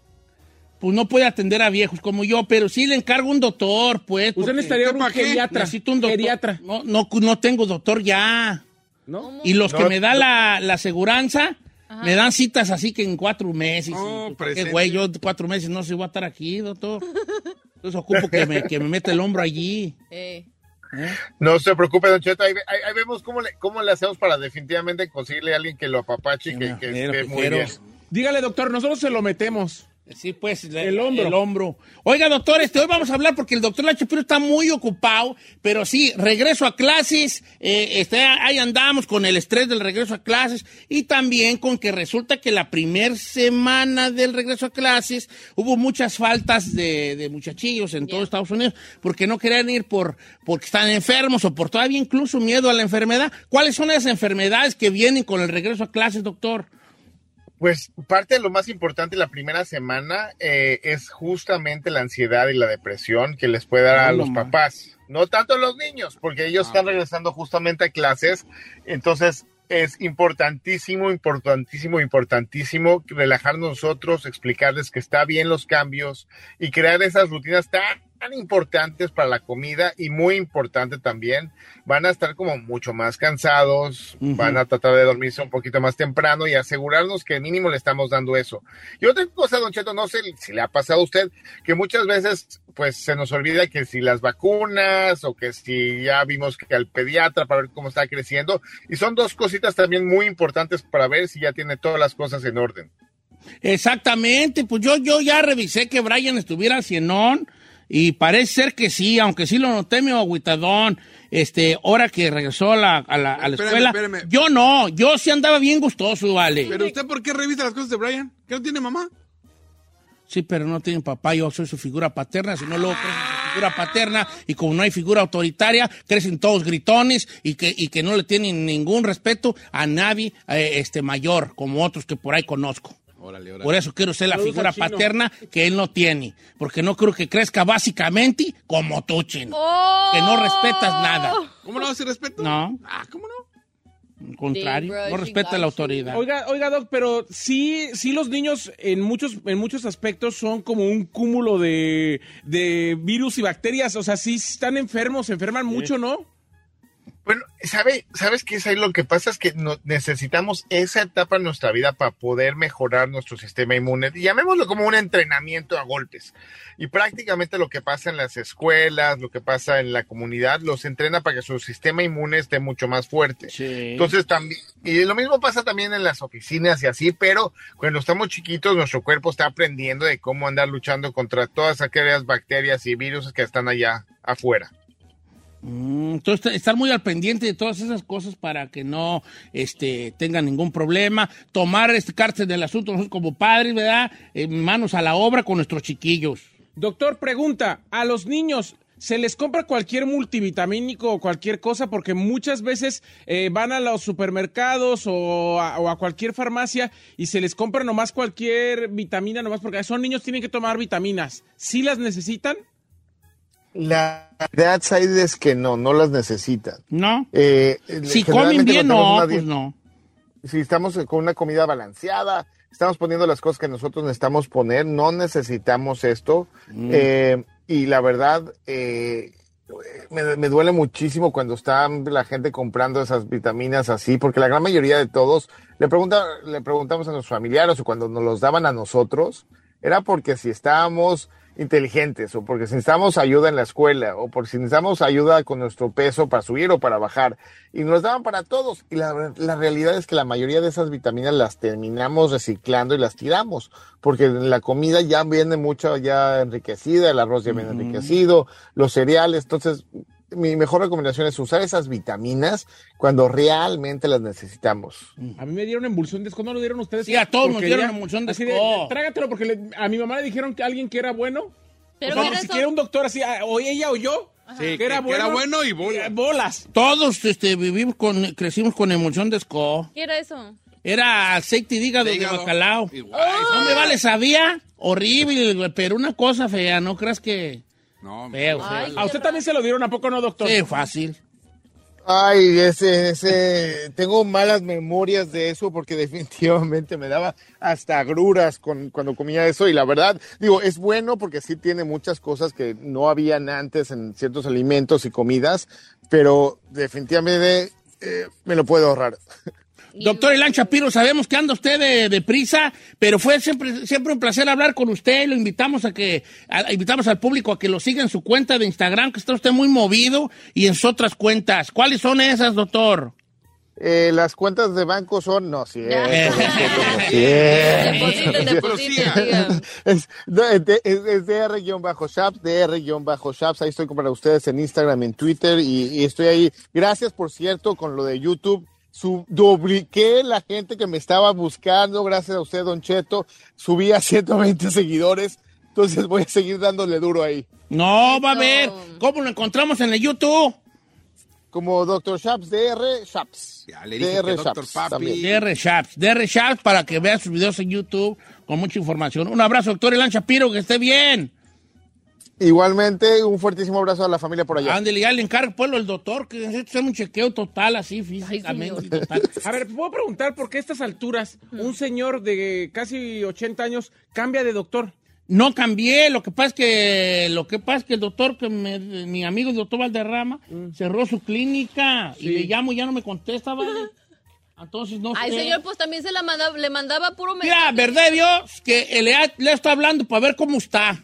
[SPEAKER 1] pues no puede atender a viejos como yo, pero sí le encargo un doctor, pues. porque
[SPEAKER 4] necesitaría un geriatra,
[SPEAKER 1] Necesito un doctor.
[SPEAKER 4] geriatra.
[SPEAKER 1] No, no, no tengo doctor ya.
[SPEAKER 4] ¿No?
[SPEAKER 1] Y los
[SPEAKER 2] No,
[SPEAKER 1] que me da
[SPEAKER 2] no.
[SPEAKER 1] la, la aseguranza, me dan citas así que en cuatro meses.
[SPEAKER 8] Oh,
[SPEAKER 1] Y, pues, ¿Qué
[SPEAKER 8] presente.
[SPEAKER 1] güey? Yo cuatro meses no sé, voy a estar aquí, doctor. Entonces ocupo que me, que me meta el hombro allí.
[SPEAKER 3] Eh,
[SPEAKER 2] No se preocupe, Don Cheto. Ahí, ve- ahí- ahí vemos cómo le, cómo le hacemos para definitivamente conseguirle a alguien que lo apapache y que, que
[SPEAKER 1] Quiero,
[SPEAKER 2] esté
[SPEAKER 1] que
[SPEAKER 2] muy
[SPEAKER 1] quiero.
[SPEAKER 2] bien.
[SPEAKER 4] Dígale, doctor, nosotros se lo metemos.
[SPEAKER 1] Sí, pues. la-
[SPEAKER 4] El hombro.
[SPEAKER 1] El hombro. Oiga, doctor, este, hoy vamos a hablar porque el doctor Lacho Piro está muy ocupado, pero sí, regreso a clases, eh, este, ahí andamos con el estrés del regreso a clases y también con que resulta que la primera semana del regreso a clases hubo muchas faltas de, de muchachillos en todo Estados Unidos porque no querían ir por porque están enfermos o por todavía incluso miedo a la enfermedad. ¿Cuáles son las enfermedades que vienen con el regreso a clases, doctor?
[SPEAKER 2] Pues parte de lo más importante la primera semana eh, es justamente la ansiedad y la depresión que les puede dar a
[SPEAKER 1] No,
[SPEAKER 2] los
[SPEAKER 1] ma.
[SPEAKER 2] papás, no tanto a los niños, porque ellos están regresando justamente a clases, entonces es importantísimo, importantísimo, importantísimo relajarnos nosotros, explicarles que está bien los cambios y crear esas rutinas tan importantes para la comida y muy importante también van a estar como mucho más cansados,
[SPEAKER 1] Ujú.
[SPEAKER 2] van a tratar de dormirse un poquito más temprano y asegurarnos que mínimo le estamos dando eso. Y otra cosa, don Cheto, no sé si le ha pasado a usted, que muchas veces pues se nos olvida que si las vacunas o que si ya vimos que al pediatra para ver cómo está creciendo, y son dos cositas también muy importantes para ver si ya tiene todas las cosas en orden.
[SPEAKER 1] Exactamente, pues yo, yo ya revisé que Brian estuviera al cienón y parece ser que sí, aunque sí lo noté medio agüitadón, este, ahora que regresó a la, a la- a la
[SPEAKER 8] Espérame,
[SPEAKER 1] escuela.
[SPEAKER 8] espérame.
[SPEAKER 1] Yo no, yo sí andaba bien gustoso, vale.
[SPEAKER 8] Pero usted, ¿por qué revisa las cosas de Brian? ¿Que no tiene mamá?
[SPEAKER 1] Sí, pero no tienen papá, yo soy su figura paterna, si no luego crecen su figura paterna y como no hay figura autoritaria, crecen todos gritones y que, y que no le tienen ningún respeto a nadie eh, este, mayor, como otros que por ahí conozco.
[SPEAKER 8] Órale, órale.
[SPEAKER 1] Por eso quiero ser la
[SPEAKER 4] Saludos
[SPEAKER 1] figura
[SPEAKER 4] al chino.
[SPEAKER 1] paterna que él no tiene, porque no creo que crezca básicamente como tú, chino.
[SPEAKER 3] ¡Oh!
[SPEAKER 1] Que no respetas nada.
[SPEAKER 8] ¿Cómo no hace respeto?
[SPEAKER 1] No.
[SPEAKER 8] Ah, ¿cómo no?
[SPEAKER 1] Al contrario,
[SPEAKER 3] Sí, bro,
[SPEAKER 1] no
[SPEAKER 3] she
[SPEAKER 1] respeta
[SPEAKER 3] got
[SPEAKER 1] la
[SPEAKER 3] you.
[SPEAKER 1] autoridad.
[SPEAKER 4] Oiga, oiga, Doc, pero sí, sí los niños en muchos, en muchos aspectos son como un cúmulo de, de virus y bacterias. O sea, sí están enfermos, se enferman mucho, ¿no?
[SPEAKER 2] Bueno, ¿sabe, ¿sabes qué es ahí? Lo que pasa es que no- necesitamos esa etapa en nuestra vida para poder mejorar nuestro sistema inmune. Y Llamémoslo como un entrenamiento a golpes. Y prácticamente lo que pasa en las escuelas, lo que pasa en la comunidad, los entrena para que su sistema inmune esté mucho más fuerte.
[SPEAKER 1] Sí.
[SPEAKER 2] Entonces también, y lo mismo pasa también en las oficinas y así, pero cuando estamos chiquitos nuestro cuerpo está aprendiendo de cómo andar luchando contra todas aquellas bacterias y virus que están allá afuera.
[SPEAKER 1] Mm, Entonces, te- estar muy al pendiente de todas esas cosas para que no este, tengan ningún problema. Tomar este cárcel del asunto nosotros como padres, ¿verdad? Eh, manos a la obra con nuestros chiquillos.
[SPEAKER 4] Doctor, pregunta, a los niños... ¿Se les compra cualquier multivitamínico o cualquier cosa? Porque muchas veces eh, van a los supermercados o a, o a cualquier farmacia y se les compra nomás cualquier vitamina, nomás porque son niños, tienen que tomar vitaminas. ¿Sí las necesitan?
[SPEAKER 2] La verdad, Said, es que no, no las necesitan.
[SPEAKER 1] ¿No?
[SPEAKER 2] Eh,
[SPEAKER 1] Si
[SPEAKER 2] generalmente
[SPEAKER 1] comen bien,
[SPEAKER 2] mantenemos
[SPEAKER 1] no,
[SPEAKER 2] una
[SPEAKER 1] pues
[SPEAKER 2] dieta-
[SPEAKER 1] no.
[SPEAKER 2] Si estamos con una comida balanceada, estamos poniendo las cosas que nosotros necesitamos poner, no necesitamos esto. Eh, y la verdad, eh, me, me duele muchísimo cuando está la gente comprando esas vitaminas así, porque la gran mayoría de todos le, pregunta, le preguntamos a los familiares o cuando nos los daban a nosotros, era porque si estábamos inteligentes o porque si necesitamos ayuda en la escuela o por si necesitamos ayuda con nuestro peso para subir o para bajar y nos daban para todos y la, la realidad es que la mayoría de esas vitaminas las terminamos reciclando y las tiramos porque la comida ya viene mucho ya enriquecida el arroz ya viene enriquecido los cereales entonces mi mejor recomendación es usar esas vitaminas cuando realmente las necesitamos
[SPEAKER 4] A mí me dieron emulsión de escoba, ¿no lo dieron ustedes?
[SPEAKER 1] Sí, a todos nos
[SPEAKER 4] Porquería.
[SPEAKER 1] dieron emulsión de
[SPEAKER 4] Así
[SPEAKER 1] escoba.
[SPEAKER 4] Trágatelo, porque le- a mi mamá le dijeron que alguien que era bueno.
[SPEAKER 3] Pero
[SPEAKER 4] o sea,
[SPEAKER 3] mira
[SPEAKER 4] si
[SPEAKER 3] eso-
[SPEAKER 4] quiere un doctor así, ah, o ella o yo,
[SPEAKER 8] Sí, que- que era bueno y bola.
[SPEAKER 4] eh, bolas.
[SPEAKER 1] Todos este, vivimos con, crecimos con emoción de esco.
[SPEAKER 3] ¿Qué era eso?
[SPEAKER 1] Era aceite de hígado de,
[SPEAKER 2] hígado.
[SPEAKER 1] bacalao. No me vale, sabía horrible, güey, pero una cosa fea, ¿no creas que...?
[SPEAKER 2] No,
[SPEAKER 1] feo,
[SPEAKER 2] Ay,
[SPEAKER 1] feo.
[SPEAKER 4] ¿A usted también se lo dieron a poco, no, doctor?
[SPEAKER 1] Sí, fácil.
[SPEAKER 7] Ay, ese, ese, tengo malas memorias de eso porque definitivamente me daba hasta agruras con, cuando comía eso y la verdad, digo, es bueno porque sí tiene muchas cosas que no habían antes en ciertos alimentos y comidas, pero definitivamente eh, me lo puedo ahorrar.
[SPEAKER 1] Doctor Ilan Shapiro, sabemos que anda usted de, de prisa, pero fue siempre, siempre un placer hablar con usted. Lo invitamos a que, a- invitamos al público a que lo siga en su cuenta de Instagram, que está usted muy movido, y en sus otras cuentas. ¿Cuáles son esas, doctor?
[SPEAKER 7] Eh, las cuentas de banco son, no, sí.
[SPEAKER 1] Eh.
[SPEAKER 3] Depositen, depositen, digan.
[SPEAKER 7] es, no, es de- es- es DR-Shaps, DR-Shaps. Ahí estoy para ustedes en Instagram, en Twitter y, y estoy ahí. Gracias, por cierto, con lo de YouTube. Su, dupliqué la gente que me estaba buscando. Gracias a usted, Don Cheto. Subí a 120 seguidores. Entonces voy a seguir dándole duro ahí.
[SPEAKER 1] No, va a ver. ¿Cómo lo encontramos en el YouTube?
[SPEAKER 7] Como Dr. Shaps, DR Shaps.
[SPEAKER 2] Ya le dije que Dr. Papi.
[SPEAKER 1] DR Shaps. DR Shaps para que vea sus videos en YouTube con mucha información. Un abrazo, doctor Ilan Shapiro, que esté bien.
[SPEAKER 7] Igualmente, un fuertísimo abrazo a la familia por allá.
[SPEAKER 1] Ándale, ya le encargo, pueblo, el doctor, que es un chequeo total, así, físicamente. total.
[SPEAKER 4] A ver, ¿puedo preguntar por qué a estas alturas un señor de casi 80 años cambia de doctor?
[SPEAKER 1] No cambié, lo que pasa es que lo que pasa es que el doctor que me- mi amigo el doctor Valderrama
[SPEAKER 3] Mm.
[SPEAKER 1] cerró su clínica y
[SPEAKER 4] Sí.
[SPEAKER 1] le llamo y ya no me contesta, ¿vale? Entonces no
[SPEAKER 3] Ay,
[SPEAKER 1] sé.
[SPEAKER 3] señor, pues también se la mandaba, le mandaba puro
[SPEAKER 1] Mira,
[SPEAKER 3] mensaje.
[SPEAKER 1] verdad de Dios que le, ha- le está hablando para ver cómo está.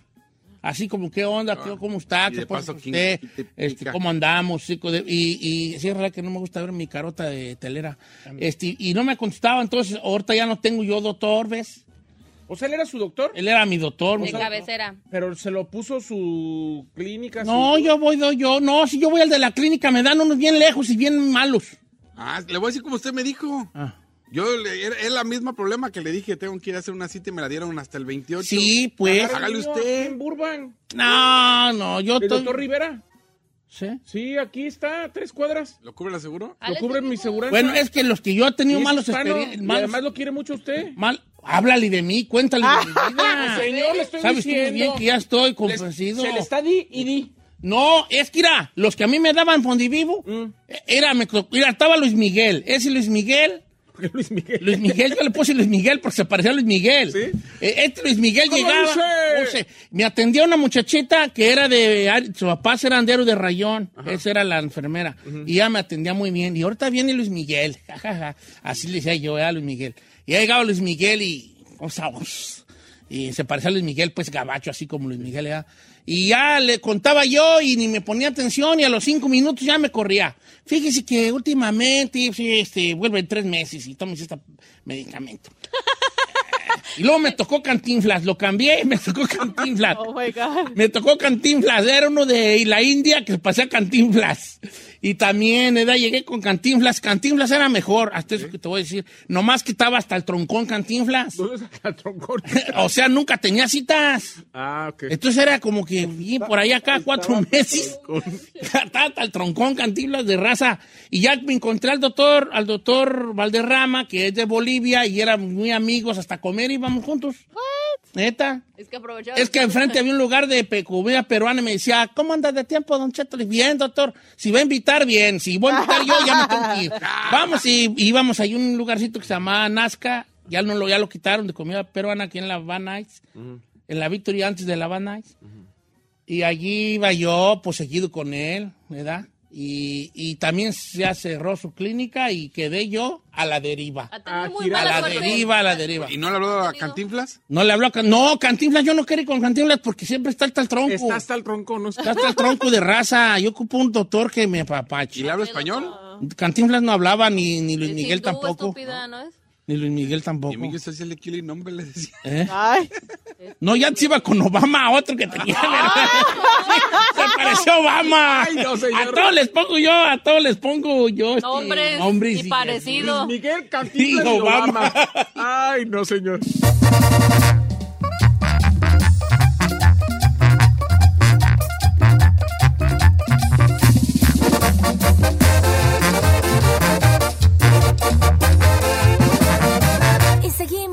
[SPEAKER 1] Así como qué onda, qué- cómo está,
[SPEAKER 2] Ah, y
[SPEAKER 1] qué
[SPEAKER 2] de
[SPEAKER 1] pasa
[SPEAKER 2] paso,
[SPEAKER 1] con
[SPEAKER 2] ¿quién-
[SPEAKER 1] usted,
[SPEAKER 2] quién te pica?
[SPEAKER 1] este, cómo andamos, chico de- y, y sí es verdad que no me gusta ver mi carota de telera. Este, y no me contestaba, entonces ahorita ya no tengo yo doctor, ¿ves?
[SPEAKER 4] O sea, él era su doctor,
[SPEAKER 1] Él era mi doctor. mi
[SPEAKER 3] De cabecera.
[SPEAKER 4] pero se lo puso su clínica.
[SPEAKER 1] No,
[SPEAKER 4] su-
[SPEAKER 1] yo voy, do- yo, no, si yo voy al de la clínica, me dan unos bien lejos y bien malos.
[SPEAKER 2] Ah, le voy a decir como usted me dijo. Yo, le- era- es la misma problema que le dije, tengo que ir a hacer una cita y me la dieron hasta el 28.
[SPEAKER 1] Sí, pues.
[SPEAKER 2] Agarra- hágale
[SPEAKER 4] Ay, mío,
[SPEAKER 2] usted.
[SPEAKER 4] aquí En Burbank.
[SPEAKER 1] No, no, yo
[SPEAKER 4] ¿El
[SPEAKER 1] estoy-
[SPEAKER 4] doctor Rivera?
[SPEAKER 1] ¿Sí?
[SPEAKER 4] Sí, aquí está, a tres cuadras.
[SPEAKER 2] ¿Lo cubre la seguro?
[SPEAKER 3] Ah,
[SPEAKER 4] Lo
[SPEAKER 3] le
[SPEAKER 4] cubre
[SPEAKER 3] tengo-
[SPEAKER 4] mi seguridad.
[SPEAKER 1] Bueno, es que los que yo he tenido malos experiencias,
[SPEAKER 4] Además lo quiere mucho usted.
[SPEAKER 1] mal, háblale de mí, cuéntale de mi vida.
[SPEAKER 4] Pues, Señor, le estoy
[SPEAKER 1] Sabes tú muy
[SPEAKER 4] diciendo.
[SPEAKER 1] bien que ya estoy
[SPEAKER 4] Les-
[SPEAKER 1] convencido.
[SPEAKER 4] Se le está di y di.
[SPEAKER 1] No, es que mira, los que a mí me daban Fondivivo,
[SPEAKER 4] Mm.
[SPEAKER 1] e, era, me to- mira, estaba Luis Miguel, ese Luis Miguel,
[SPEAKER 4] Porque Luis Miguel.
[SPEAKER 1] Luis Miguel, yo le puse Luis Miguel porque se parecía a Luis Miguel.
[SPEAKER 4] ¿Sí?
[SPEAKER 1] Eh, Este Luis Miguel
[SPEAKER 4] ¿Cómo
[SPEAKER 1] llegaba.
[SPEAKER 4] dice?
[SPEAKER 1] o sea, me atendía una muchachita que era de. Su papá era andero de rayón. Esa era la enfermera. Y ella me atendía muy bien. Y ahorita viene Luis Miguel. Ja, ja, ja. Así le decía yo eh, a Luis Miguel. Y ha llegado Luis Miguel y. o sea, os- y se parecía a Luis Miguel, pues gabacho, así como Luis Miguel. ¿verdad? Y ya le contaba yo y ni me ponía atención y a los cinco minutos ya me corría. Fíjese que últimamente, sí, este, vuelve en tres meses y tomes este medicamento. Y luego me tocó Cantinflas, lo cambié y me tocó Cantinflas.
[SPEAKER 5] Oh my God.
[SPEAKER 1] Me tocó Cantinflas, era uno de la India que pasé a Cantinflas. Y también, edad, llegué con Cantinflas. Cantinflas era mejor, hasta eso que te voy a decir. Nomás quitaba hasta el troncón Cantinflas.
[SPEAKER 4] ¿Dónde saca el troncón?
[SPEAKER 1] o sea, nunca tenía citas.
[SPEAKER 4] Ah, ok.
[SPEAKER 1] Entonces era como que bien por ahí acá cuatro meses. Tata, el troncón, cantinflas de raza. Y ya me encontré al doctor, al doctor Valderrama, que es de Bolivia, y eran muy amigos hasta comer íbamos juntos. Neta.
[SPEAKER 3] Es que aprovechaba.
[SPEAKER 1] Es que enfrente había un lugar de pe- comida peruana y me decía, ¿cómo andas de tiempo, don Cheto? Le dije, Bien, doctor. Si va a invitar, bien. Si voy a invitar yo, ya me tengo que ir. Vamos y íbamos ahí a un lugarcito que se llamaba Nazca. Ya, no lo, ya lo quitaron de comida peruana aquí en la Van Nuys, En la Victoria, antes de la Van Nuys. Y allí iba yo, pues seguido con él, ¿verdad? Y, y también se cerró su clínica y quedé yo a la deriva.
[SPEAKER 3] Ha tenido
[SPEAKER 4] Ah,
[SPEAKER 3] muy
[SPEAKER 4] girar.
[SPEAKER 1] A
[SPEAKER 3] mala
[SPEAKER 1] la
[SPEAKER 3] suerte.
[SPEAKER 1] deriva, a la deriva.
[SPEAKER 2] ¿Y no le habló a Cantinflas?
[SPEAKER 1] No le habló a Can- No, Cantinflas, yo no quiero ir con Cantinflas porque siempre está hasta el tronco.
[SPEAKER 4] Está hasta el troncón, ¿no?
[SPEAKER 1] Está hasta el tronco de raza. Yo ocupo un doctor que me
[SPEAKER 2] ¿Y
[SPEAKER 1] apapache.
[SPEAKER 2] le habla español?
[SPEAKER 1] Cantinflas no hablaba, ni, ni Luis
[SPEAKER 3] Es
[SPEAKER 1] Miguel
[SPEAKER 3] hindú,
[SPEAKER 1] tampoco.
[SPEAKER 3] estúpida, ¿no es?
[SPEAKER 1] Ni Luis Miguel
[SPEAKER 2] Y
[SPEAKER 1] tampoco.
[SPEAKER 2] Miguel usted hacía el de Killer nombre, le decía.
[SPEAKER 1] ¿Eh?
[SPEAKER 5] Ay,
[SPEAKER 1] No, ya se iba con Obama, otro que tenía. se pareció Obama.
[SPEAKER 4] Ay, no, señor.
[SPEAKER 1] A todos les pongo yo, a todos les pongo yo. este,
[SPEAKER 3] Nombres
[SPEAKER 1] nombres
[SPEAKER 3] y
[SPEAKER 1] y-
[SPEAKER 3] parecido.
[SPEAKER 4] Miguel
[SPEAKER 1] Y
[SPEAKER 4] Cantinflas y
[SPEAKER 1] Obama.
[SPEAKER 4] Obama. Ay, no, señor.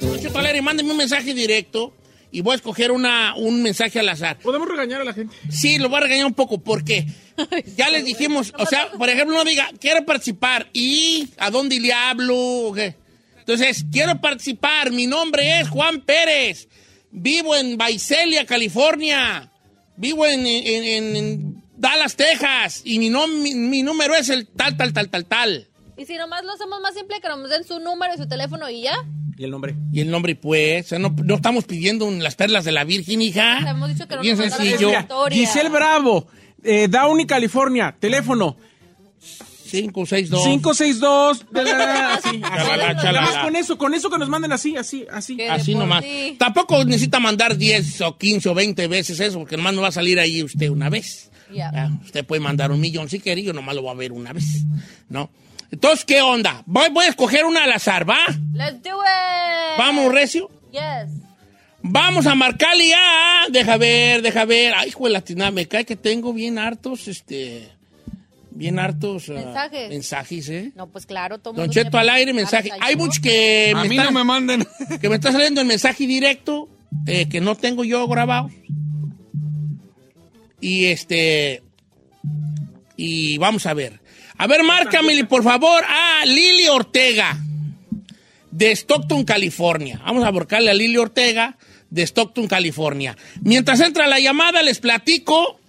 [SPEAKER 1] Don Cheto Alegre, mándeme un mensaje directo y voy a escoger una, un mensaje al azar.
[SPEAKER 4] ¿Podemos regañar a la gente?
[SPEAKER 1] Sí, lo voy a regañar un poco porque ya les dijimos, o sea, por ejemplo, no diga, quiero participar y ¿a dónde le hablo? ¿O qué? Entonces, quiero participar, mi nombre es Juan Pérez, vivo en Vaiselia, California, vivo en, en- en- en Dallas, Texas y mi, nom- mi- mi número es el tal, tal, tal, tal, tal.
[SPEAKER 3] Y si nomás lo hacemos más simple, que nos den su número y su teléfono y ya.
[SPEAKER 4] ¿Y el nombre?
[SPEAKER 1] Y el nombre, pues, o sea, no, no estamos pidiendo un- las perlas de la Virgen, hija.
[SPEAKER 3] Le hemos dicho que no
[SPEAKER 1] Bien
[SPEAKER 3] nos mandaran
[SPEAKER 1] sencillo.
[SPEAKER 3] la
[SPEAKER 4] Mira,
[SPEAKER 3] historia.
[SPEAKER 4] Giselle Bravo, eh, Downey, California, teléfono
[SPEAKER 1] 5, 6, 2.
[SPEAKER 4] 562. da, da, da, así,
[SPEAKER 1] Chalala,
[SPEAKER 4] así.
[SPEAKER 1] chalala.
[SPEAKER 4] Nada más con eso, con eso que nos manden así, así, así.
[SPEAKER 3] Que de
[SPEAKER 1] Así
[SPEAKER 3] por
[SPEAKER 1] nomás.
[SPEAKER 3] sí.
[SPEAKER 1] Tampoco necesita mandar 10 o 15 o 20 veces eso, porque nomás no va a salir ahí usted una vez.
[SPEAKER 3] Ya.
[SPEAKER 1] Ah, Usted puede mandar un millón si quiere, yo nomás lo voy a ver una vez. ¿No? Entonces, ¿qué onda? Voy, voy a escoger una al azar, ¿va?
[SPEAKER 3] Let's do it.
[SPEAKER 1] Vamos, Recio.
[SPEAKER 3] Yes.
[SPEAKER 1] Vamos a marcarle ya. Deja ver, deja ver. Ay, hijo de la tina, me cae que tengo bien hartos, este. Bien hartos. ah,
[SPEAKER 3] Mensajes.
[SPEAKER 1] mensajes, ¿eh?
[SPEAKER 3] No, pues claro, todo
[SPEAKER 1] Don
[SPEAKER 3] mundo
[SPEAKER 1] Cheto
[SPEAKER 3] tiene-
[SPEAKER 1] al aire, mensaje.
[SPEAKER 3] Ay,
[SPEAKER 1] Hay
[SPEAKER 3] ¿no?
[SPEAKER 1] muchos que.
[SPEAKER 2] A
[SPEAKER 1] me
[SPEAKER 2] mí
[SPEAKER 1] están-
[SPEAKER 2] no me manden.
[SPEAKER 1] que me está saliendo el mensaje directo eh, que no tengo yo grabado. Y este. Y vamos a ver. A ver, márcame, por favor, a Lili Ortega de Stockton, California. Vamos a aborcarle a Lili Ortega de Stockton, California. Mientras entra la llamada, les platico.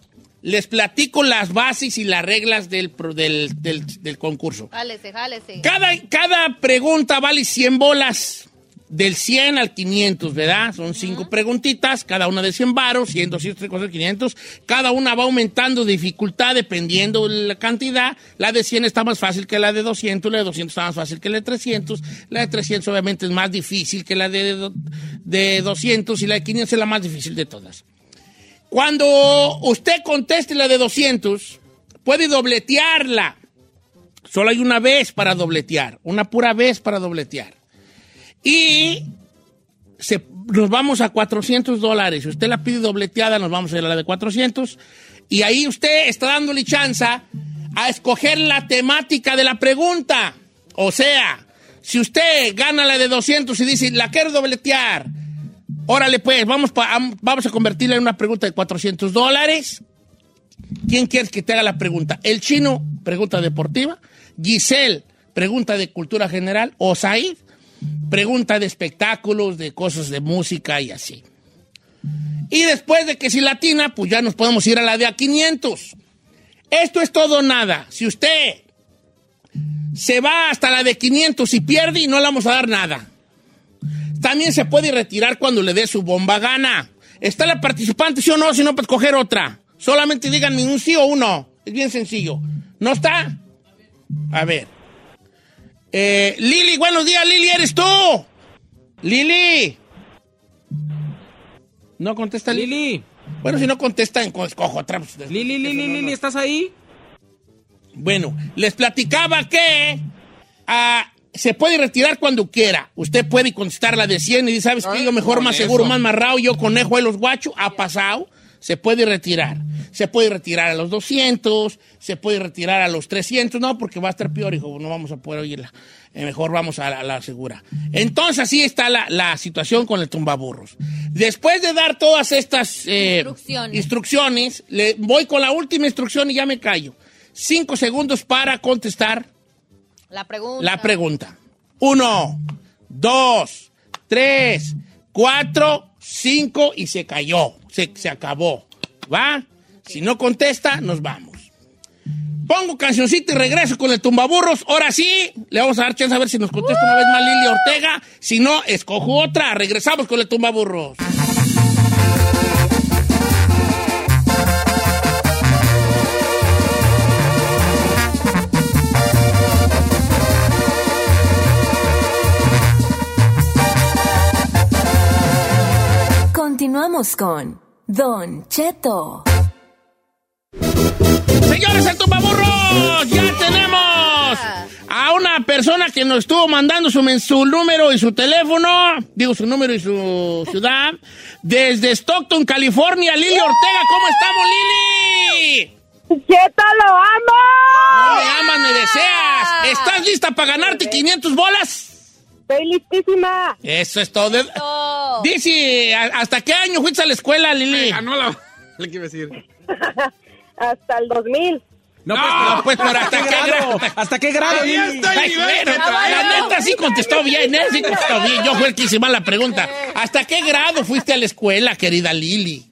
[SPEAKER 1] Les platico las bases y las reglas del pro- del- del- del concurso.
[SPEAKER 3] Jálese, jálese.
[SPEAKER 1] Cada, cada pregunta vale 100 bolas. Del 100 al 500, ¿verdad? Son cinco preguntitas, cada una de 100 varos, 100, 200, 300, 500. Cada una va aumentando dificultad dependiendo la cantidad. La de 100 está más fácil que la de 200, la de 200 está más fácil que la de 300. La de 300 obviamente es más difícil que la de, do- de 200 y la de 500 es la más difícil de todas. Cuando usted conteste la de 200, puede dobletearla. Solo hay una vez para dobletear, una pura vez para dobletear. Y se- nos vamos a 400 dólares. Si usted la pide dobleteada, nos vamos a ir a la de 400. Y ahí usted está dándole chance a escoger la temática de la pregunta. O sea, si usted gana la de 200 y dice, la quiero dobletear, órale pues, vamos, pa- am- vamos a convertirla en una pregunta de 400 dólares. ¿Quién quieres que te haga la pregunta? ¿El chino? Pregunta deportiva. Giselle, pregunta de cultura general. O Said, pregunta de espectáculos, de cosas de música y así. Y después de que si latina, pues ya nos podemos ir a la de a 500. Esto es todo o nada. Si usted se va hasta la de 500 y pierde y no le vamos a dar nada. También se puede retirar cuando le dé su bomba gana. ¿Está la participante, sí o no? Si no, pues coger otra. Solamente díganme un sí o un no. Es bien sencillo. ¿No está? A ver. Eh, Lili, buenos días, Lili, ¿eres tú? Lili. No contesta Lili.
[SPEAKER 4] Lili,
[SPEAKER 1] Bueno, si no contesta, en- escojo otra. pues,
[SPEAKER 4] Lili, Lili, Lili, Lili, ¿estás ahí?
[SPEAKER 1] bueno, les platicaba que ah, se puede retirar cuando quiera. Usted puede contestar la de 100 y dice, ¿sabes qué? Yo mejor,
[SPEAKER 2] con
[SPEAKER 1] más seguro,
[SPEAKER 2] eso.
[SPEAKER 1] más marrado, yo conejo de los guachos. Ha pasado. se puede retirar. Se puede retirar a los 200, se puede retirar a los 300, no, porque va a estar peor, hijo, no vamos a poder oírla. Eh, mejor vamos a la, a la segura. Entonces, así está la, la situación con el tumbaburros. Después de dar todas estas eh,
[SPEAKER 3] Instrucciones.
[SPEAKER 1] instrucciones, le voy con la última instrucción y ya me callo. Cinco segundos para contestar
[SPEAKER 3] La pregunta.
[SPEAKER 1] la pregunta. Uno, dos, tres, cuatro, cinco y se cayó. Se, se acabó. ¿Va? Si no contesta, nos vamos. Pongo cancioncita y regreso con el tumbaburros. Ahora sí, le vamos a dar chance a ver si nos contesta una vez más Lili Ortega. Si no, escojo otra. Regresamos con el tumbaburros.
[SPEAKER 6] Continuamos con Don Cheto.
[SPEAKER 1] Señores, el tumbaburros, ya tenemos a una persona que nos estuvo mandando su, men- su número y su teléfono, digo su número y su ciudad, desde Stockton, California, Lili Ortega. ¿Cómo estamos, Lili?
[SPEAKER 9] ¡Cheto, lo
[SPEAKER 1] No
[SPEAKER 9] amo!
[SPEAKER 1] me amas, me deseas. ¿Estás lista para ganarte 500 bolas?
[SPEAKER 9] ¡Estoy listísima!
[SPEAKER 1] Eso es todo.
[SPEAKER 3] Oh.
[SPEAKER 1] Dice, ¿a- ¿hasta qué año fuiste a la escuela, Lili?
[SPEAKER 4] Ah, no la... ¿Qué iba a decir?
[SPEAKER 9] Hasta el 2000.
[SPEAKER 4] No,
[SPEAKER 1] No, pues, pero ¿hasta qué grado?
[SPEAKER 4] ¿Hasta qué grado?
[SPEAKER 1] Ahí
[SPEAKER 4] Lili?
[SPEAKER 1] está el nivel que trae. La neta sí contestó bien, ¿eh? Sí contestó bien. Yo fue el que hice mal la pregunta. ¿Hasta qué grado fuiste a la escuela, querida Lili?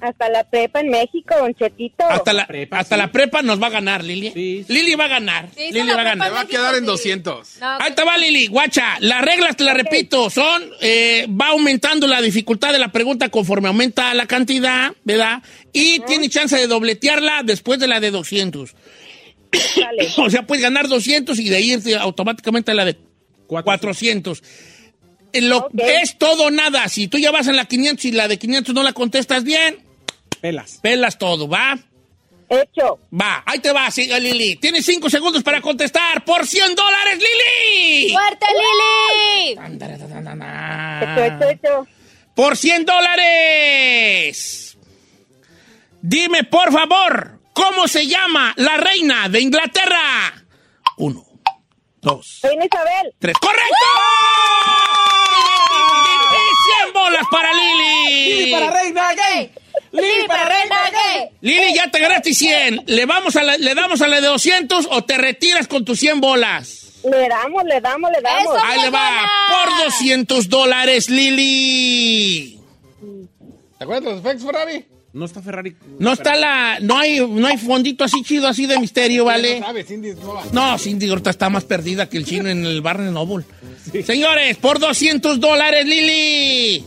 [SPEAKER 9] Hasta la prepa en México, don Chetito.
[SPEAKER 1] Hasta la prepa, hasta la prepa nos va a ganar, Lili.
[SPEAKER 4] Sí,
[SPEAKER 1] Lili va a ganar.
[SPEAKER 3] Sí,
[SPEAKER 1] Lili
[SPEAKER 3] hasta
[SPEAKER 1] va a
[SPEAKER 3] la
[SPEAKER 1] ganar.
[SPEAKER 3] prepa
[SPEAKER 2] Va a quedar en 200.
[SPEAKER 3] No,
[SPEAKER 1] Ahí te va, Lili. Guacha, las reglas, te las repito, son, eh, va aumentando la dificultad de la pregunta conforme aumenta la cantidad, ¿verdad? Y tiene chance de dobletearla después de la de 200.
[SPEAKER 9] Sale.
[SPEAKER 1] O sea, puedes ganar 200 y de ahí irte automáticamente a la de 400. Eh, Lo,
[SPEAKER 9] Ok.
[SPEAKER 1] Es todo o nada. Si tú ya vas en la 500 y la de 500 no la contestas bien,
[SPEAKER 4] Pelas.
[SPEAKER 1] pelas todo, ¿va?
[SPEAKER 9] Hecho.
[SPEAKER 1] Va, ahí te va, sí, Lili. Tienes 5 segundos para contestar por 100 dólares, Lili.
[SPEAKER 3] ¡Fuerte, Lili!
[SPEAKER 1] Ándale, na, na,
[SPEAKER 9] Hecho,
[SPEAKER 1] na.
[SPEAKER 9] hecho, hecho.
[SPEAKER 1] Por 100 dólares. Dime, por favor, ¿cómo se llama la reina de Inglaterra? Uno, dos,
[SPEAKER 9] Reina Isabel.
[SPEAKER 1] tres. ¡Correcto! ¡100 bolas para
[SPEAKER 4] Lili para
[SPEAKER 1] Lili!
[SPEAKER 4] reina gay. Lili para reina gay.
[SPEAKER 1] Lili, ya te ganaste 100. ¿Le, vamos a la- ¿Le damos a la de 200 o te retiras con tus 100 bolas?
[SPEAKER 9] Le damos, le damos, le damos.
[SPEAKER 3] Eso.
[SPEAKER 1] Ahí le va. Por 200 dólares, Lili.
[SPEAKER 2] ¿Te acuerdas de los efectos, Ferrari?
[SPEAKER 4] No está Ferrari.
[SPEAKER 1] No está la. No hay, no hay fondito así chido, así de misterio, ¿vale?
[SPEAKER 2] No sabes, Cindy es nueva.
[SPEAKER 1] No, Cindy ahorita está más perdida que el chino en el Barnes Noble. Señores, por 200 dólares, Lili.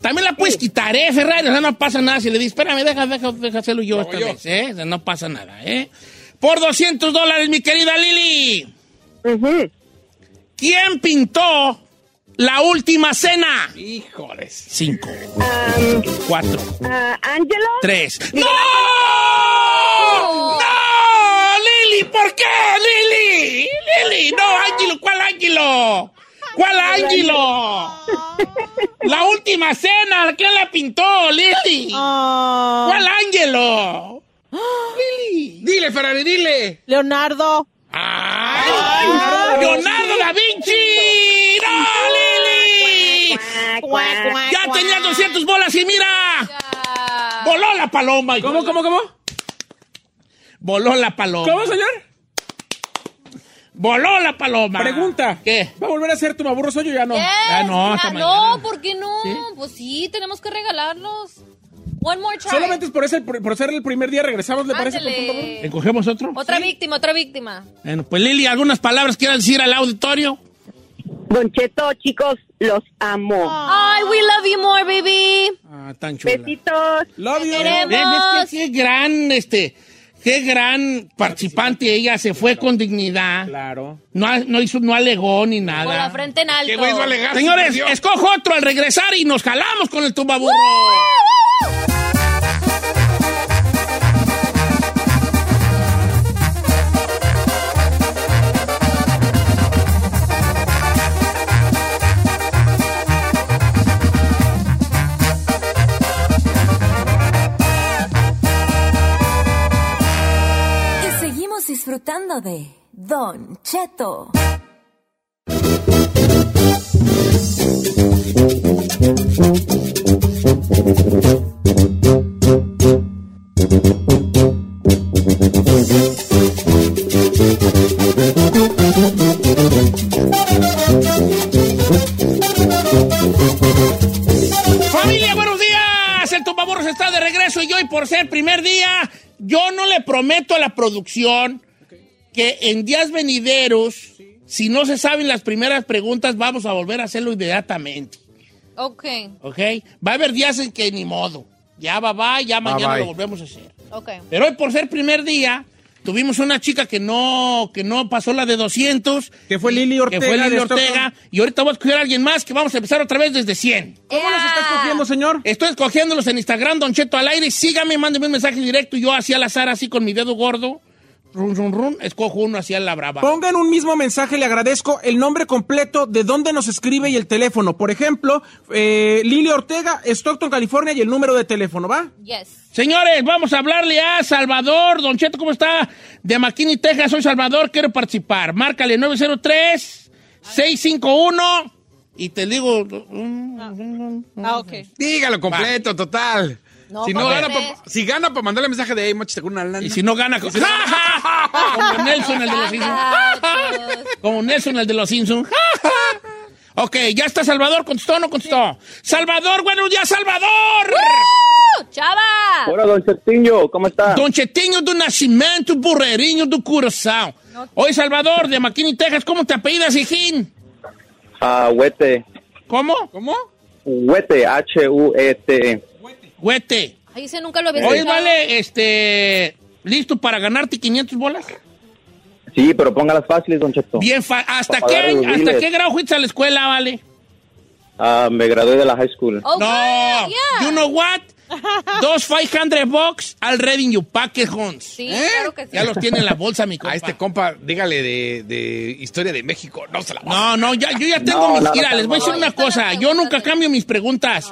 [SPEAKER 1] También la puedes quitar, ¿eh, Ferrari? O sea, no pasa nada. Si le dices, espérame, deja, deja, déjaselo yo esta
[SPEAKER 2] yo.
[SPEAKER 1] vez, ¿eh? O sea, no pasa nada, ¿eh? Por 200 dólares, mi querida Lili.
[SPEAKER 9] Ujú.
[SPEAKER 1] ¿Quién pintó la última cena?
[SPEAKER 2] Híjoles.
[SPEAKER 1] Cinco,
[SPEAKER 9] Am,
[SPEAKER 1] cuatro,
[SPEAKER 9] ah, Ángelo.
[SPEAKER 1] tres. ¡No! ¡No! ¡Lili! ¿Por qué, Lili? ¡Lili! ¡No, Ángelo! ¿Cuál Ángelo? ¿Cuál Ángelo? La última cena, ¿quién la pintó, Lili?
[SPEAKER 5] Ah,
[SPEAKER 1] ¿Cuál Ángelo? ¡Lili!
[SPEAKER 4] Dile, Ferrari, dile.
[SPEAKER 5] Leonardo.
[SPEAKER 1] ¡Ay! ¡Leonardo da Vinci! ¡No, Lili!
[SPEAKER 9] Cuac, cuac.
[SPEAKER 1] Ya tenía 200 bolas y mira, voló la paloma. hijo.
[SPEAKER 4] ¿Cómo, cómo, cómo?
[SPEAKER 1] Voló la paloma.
[SPEAKER 4] ¿Cómo, señor?
[SPEAKER 1] Voló la paloma.
[SPEAKER 4] Pregunta.
[SPEAKER 1] ¿Qué?
[SPEAKER 4] ¿Va a volver a ser tu maburro soy yo ya no?
[SPEAKER 1] Ya Ah, no,
[SPEAKER 3] Ah, no,
[SPEAKER 1] hasta mañana.
[SPEAKER 3] no, ¿por qué no?
[SPEAKER 1] ¿Sí?
[SPEAKER 3] Pues sí, tenemos que regalarlos. One more try.
[SPEAKER 4] Solamente es por, ese, por, por ser el primer día regresamos, ¿le parece?
[SPEAKER 3] Ándale.
[SPEAKER 4] con tu maburro?
[SPEAKER 1] ¿Encogemos otro?
[SPEAKER 3] Otra
[SPEAKER 1] Sí.
[SPEAKER 3] víctima, otra víctima.
[SPEAKER 1] Bueno, pues Lili, ¿algunas palabras quieras decir al auditorio?
[SPEAKER 9] Don Cheto, chicos, los amo.
[SPEAKER 3] Ay, we love you more, baby.
[SPEAKER 1] Ah, tan chula.
[SPEAKER 9] Besitos.
[SPEAKER 4] Love you.
[SPEAKER 3] Queremos.
[SPEAKER 1] Ven, es que qué gran, este, qué gran participante ella. Se fue con dignidad.
[SPEAKER 4] Claro.
[SPEAKER 1] No, no hizo, no alegó ni nada.
[SPEAKER 3] Con la frente en alto.
[SPEAKER 2] ¿Qué güey va a alegar?
[SPEAKER 1] Señores,
[SPEAKER 2] Dios.
[SPEAKER 1] escojo otro al regresar y nos jalamos con el tumbaburro.
[SPEAKER 6] turno de Don Cheto.
[SPEAKER 1] ¡Familia, buenos días! El Tumbaburros está de regreso y hoy, por ser primer día, yo no le prometo a la producción que en días venideros, si no se saben las primeras preguntas, vamos a volver a hacerlo inmediatamente,
[SPEAKER 3] Ok,
[SPEAKER 1] ¿ok? Va a haber días en que ni modo. Ya va, va, ya mañana
[SPEAKER 3] bye.
[SPEAKER 1] lo volvemos a hacer.
[SPEAKER 3] ok.
[SPEAKER 1] Pero hoy, por ser primer día, tuvimos una chica que no, que no pasó la de 200. Que fue Lili Que fue
[SPEAKER 4] Ortega
[SPEAKER 1] Lili
[SPEAKER 4] de
[SPEAKER 1] Ortega. Y ahorita voy a escoger a alguien más que vamos a empezar otra vez desde 100.
[SPEAKER 4] ¿Cómo los estás cogiendo, señor?
[SPEAKER 1] Estoy escogiéndolos en Instagram, Don Cheto al aire. Sígame, mándeme un mensaje directo. Yo así al azar, así con mi dedo gordo. Run, run, run. Escojo uno hacia la brava.
[SPEAKER 4] Ponga en un mismo mensaje, le agradezco el nombre completo, de dónde nos escribe y el teléfono. Por ejemplo, eh, Lili Ortega, Stockton, California y el número de teléfono, ¿va?
[SPEAKER 3] Yes.
[SPEAKER 1] Señores, vamos a hablarle a Salvador. Don Cheto, ¿cómo está? De McKinney, Texas. Soy Salvador, quiero participar. Márcale 903-651 y te digo...
[SPEAKER 3] Ah, ok.
[SPEAKER 2] Dígalo completo, total.
[SPEAKER 3] No, pues
[SPEAKER 2] si, no
[SPEAKER 3] porque-
[SPEAKER 2] gana
[SPEAKER 1] pues-
[SPEAKER 2] pa- si gana, para mandarle mensaje de hey, mochis, te con una lana. Y si
[SPEAKER 1] no gana, con... Como Nelson, el de los Simpsons. Como Nelson, el de los Simpsons. ok, ya está Salvador. ¿Contestó o no contestó? Salvador, buenos días, Salvador.
[SPEAKER 3] ¡Uh, ¡Chava!
[SPEAKER 10] Hola, don Chetiño, ¿cómo está?
[SPEAKER 1] Don Chetinho do Nascimento, burreirinho do coração. Hoy, Salvador, de McKinney, Texas, ¿cómo te apellidas, hijín?
[SPEAKER 10] Ah, Huete.
[SPEAKER 1] ¿Cómo? ¿Cómo?
[SPEAKER 10] Huete, E H-U-E-T.
[SPEAKER 1] Huete.
[SPEAKER 3] Ahí se nunca lo había
[SPEAKER 1] Hoy,
[SPEAKER 3] escuchado.
[SPEAKER 1] vale, este... ¿Listo para ganarte 500 bolas?
[SPEAKER 10] Sí, pero póngalas fáciles, don Cheto.
[SPEAKER 1] Bien, fa- ¿hasta,
[SPEAKER 10] Para
[SPEAKER 1] qué,
[SPEAKER 10] pagar los
[SPEAKER 1] año- ¿hasta
[SPEAKER 10] biles.
[SPEAKER 1] qué grado fuiste a la escuela, vale?
[SPEAKER 10] Ah, me gradué de la high school.
[SPEAKER 3] Oh,
[SPEAKER 1] no, you know what? Dos 500 bucks al reading you package homes.
[SPEAKER 3] Sí, claro que sí.
[SPEAKER 1] Ya los tiene en la bolsa, mi compa.
[SPEAKER 2] A este compa, dígale de, de historia de México. No se la
[SPEAKER 1] No, no, ya, yo ya tengo
[SPEAKER 2] No,
[SPEAKER 1] mis...
[SPEAKER 2] no,
[SPEAKER 1] mira,
[SPEAKER 2] no,
[SPEAKER 1] les voy a
[SPEAKER 2] no,
[SPEAKER 1] decir
[SPEAKER 2] no.
[SPEAKER 1] una cosa. Yo nunca cambio mis preguntas.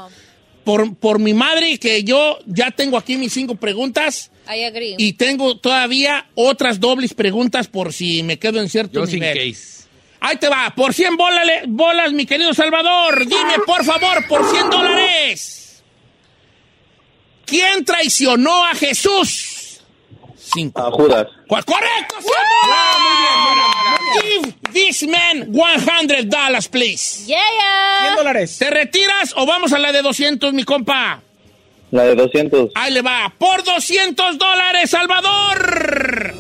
[SPEAKER 1] Por, por mi madre, que yo ya tengo aquí mis cinco preguntas
[SPEAKER 3] I agree.
[SPEAKER 1] y tengo todavía otras dobles preguntas por si me quedo en cierto
[SPEAKER 2] Yo sin
[SPEAKER 1] nivel.
[SPEAKER 2] case.
[SPEAKER 1] Ahí te va, por 100 bolas, bolas, mi querido Salvador. Dime, por favor, por 100 dólares. ¿Quién traicionó a Jesús? Cinco.
[SPEAKER 10] A Judas.
[SPEAKER 1] Cu- ¡Correcto! 100 bolas! Give this man 100 dollars, please.
[SPEAKER 3] Yeah, yeah.
[SPEAKER 4] dólares.
[SPEAKER 1] ¿Te retiras o vamos a la de 200, mi compa?
[SPEAKER 10] La de 200.
[SPEAKER 1] Ahí le va. Por 200 dólares, Salvador.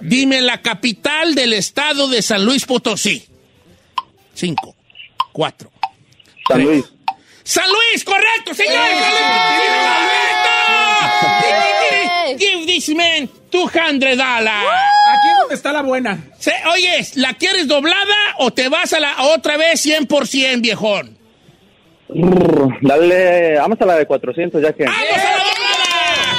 [SPEAKER 1] Dime la capital del estado de San Luis Potosí. Cinco, cuatro.
[SPEAKER 10] San Luis.
[SPEAKER 1] San Luis, correcto,
[SPEAKER 4] ¡Eh!
[SPEAKER 1] señores. San Luis Potosí, correcto. ¡Eh! Give this man 200 dólares.
[SPEAKER 4] Aquí es donde está la buena.
[SPEAKER 1] Se- Oye, ¿la quieres doblada o te vas a la otra vez 100%, viejón?
[SPEAKER 10] Brr, Dale, vamos a la de 400 ya
[SPEAKER 4] ¡Eh! Ah,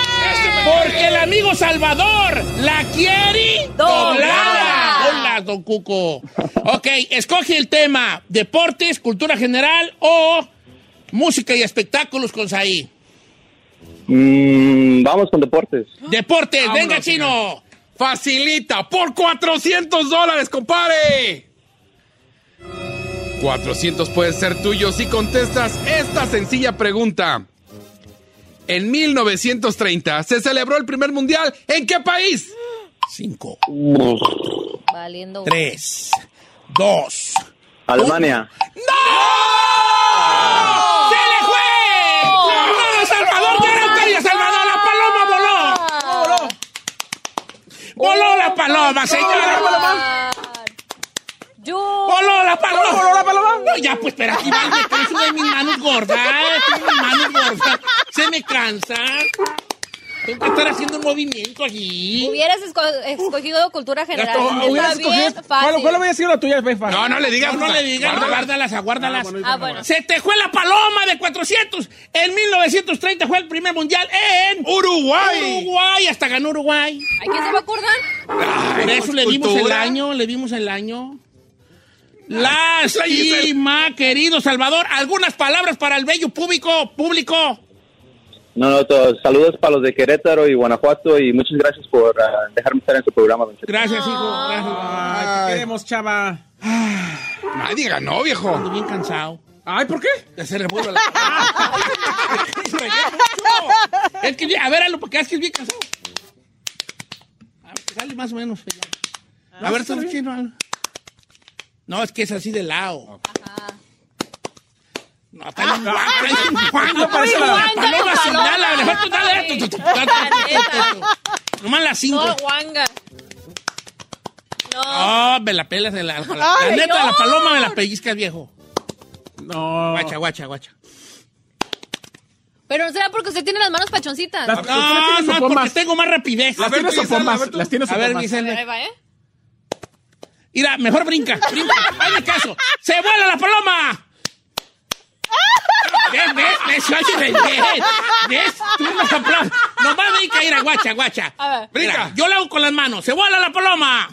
[SPEAKER 10] que...
[SPEAKER 4] Este
[SPEAKER 1] Porque el amigo Salvador la quiere
[SPEAKER 3] Doblada.
[SPEAKER 1] doblada. Hola, don Cuco. Ok, escoge el tema: deportes, cultura general o música y espectáculos con Saí.
[SPEAKER 10] Mm, vamos con deportes.
[SPEAKER 1] Deportes, venga, chino.
[SPEAKER 2] Facilita, por 400 dólares, compadre. 400 puede ser tuyo si contestas esta sencilla pregunta. En 1930 se celebró el primer mundial. ¿En qué país?
[SPEAKER 1] Cinco.
[SPEAKER 3] Valiendo.
[SPEAKER 1] Tres. Dos.
[SPEAKER 10] Alemania.
[SPEAKER 1] ¡Se le fue! ¡La mamá de Salvador! ¡Ya era usted, ya, Salvador! ¡La paloma voló! ¡Voló la paloma, señora!
[SPEAKER 3] Yo.
[SPEAKER 1] ¡Voló la paloma! ¡Voló la paloma! No, ya, pues, espera, aquí van, me canso de mis manos gordas, ¿eh? Tengo mis manos gordas. Se me cansan. Tengo que estar haciendo un movimiento aquí.
[SPEAKER 3] Hubieras esco- escogido cultura general. Está bien
[SPEAKER 4] ¿Cuál,
[SPEAKER 3] fácil.
[SPEAKER 4] cuál hubiera sido la tuya, Fefa?
[SPEAKER 2] No, no le digas.
[SPEAKER 1] No, no le digas, guárdalas, guárdalas.
[SPEAKER 3] Ah, bueno.
[SPEAKER 1] Se te fue la paloma de 400. En 1930 fue el primer mundial en
[SPEAKER 2] Uruguay.
[SPEAKER 1] Uruguay, hasta ganó Uruguay.
[SPEAKER 3] ¿A quién se va a acordar?
[SPEAKER 1] Por eso le dimos el
[SPEAKER 2] cultura.
[SPEAKER 1] año, le dimos el año. Lástima, querido Salvador. ¿Algunas palabras para el bello público? público?
[SPEAKER 10] No, no, to- saludos para los de Querétaro y Guanajuato y muchas gracias por ah, dejarme estar en su programa, don Cheto.
[SPEAKER 1] Gracias, hijo. Gracias.
[SPEAKER 2] Ah.
[SPEAKER 4] Ay, te queremos, chava.
[SPEAKER 2] Nadie ganó, viejo.
[SPEAKER 1] Ando bien cansado.
[SPEAKER 4] Ay, ¿por qué?
[SPEAKER 1] Ya se revuelve la... mucho. Es que, a ver, hazlo, porque es que es bien cansado. A ver, dale más o menos.
[SPEAKER 3] Ah,
[SPEAKER 1] A ver, tú chino. hazlo. No, es que es así de lado. No, parece un
[SPEAKER 3] Ah.
[SPEAKER 1] guango, parece un guango, parece la
[SPEAKER 3] Guango,
[SPEAKER 1] paloma sin
[SPEAKER 3] paloma.
[SPEAKER 1] ala, le falta un ala, tu, tu, tu, tu, tu, tu, tu. Nomás las cinco.
[SPEAKER 3] No, guanga.
[SPEAKER 1] No, Ah, me la pelas. de La, la- la
[SPEAKER 3] Ay,
[SPEAKER 1] neta, la
[SPEAKER 3] señor.
[SPEAKER 1] paloma me la pellizcas, viejo.
[SPEAKER 4] No.
[SPEAKER 1] Guacha, guacha, guacha.
[SPEAKER 3] Pero no será porque usted tiene las manos pachoncitas.
[SPEAKER 4] Las-
[SPEAKER 1] Ah, No, no, porque tengo más rapidez.
[SPEAKER 4] Las tienes o pomas, las tienes o
[SPEAKER 1] A ver,
[SPEAKER 4] pomas.
[SPEAKER 3] A
[SPEAKER 1] Giselle.
[SPEAKER 3] ver, ahí va, ¿eh?
[SPEAKER 1] Mira, mejor brinca, brinca. Hazme caso. ¡Se vuela la paloma! ¿Ves? ¿Ves? ¿Ves? Se oye del- ¿Ves? ¿Ves? Tú los aplausos. Nomás brinca, ir a guacha, guacha.
[SPEAKER 3] A ver.
[SPEAKER 1] Mira, yo lo hago con las manos. ¡Se vuela la paloma!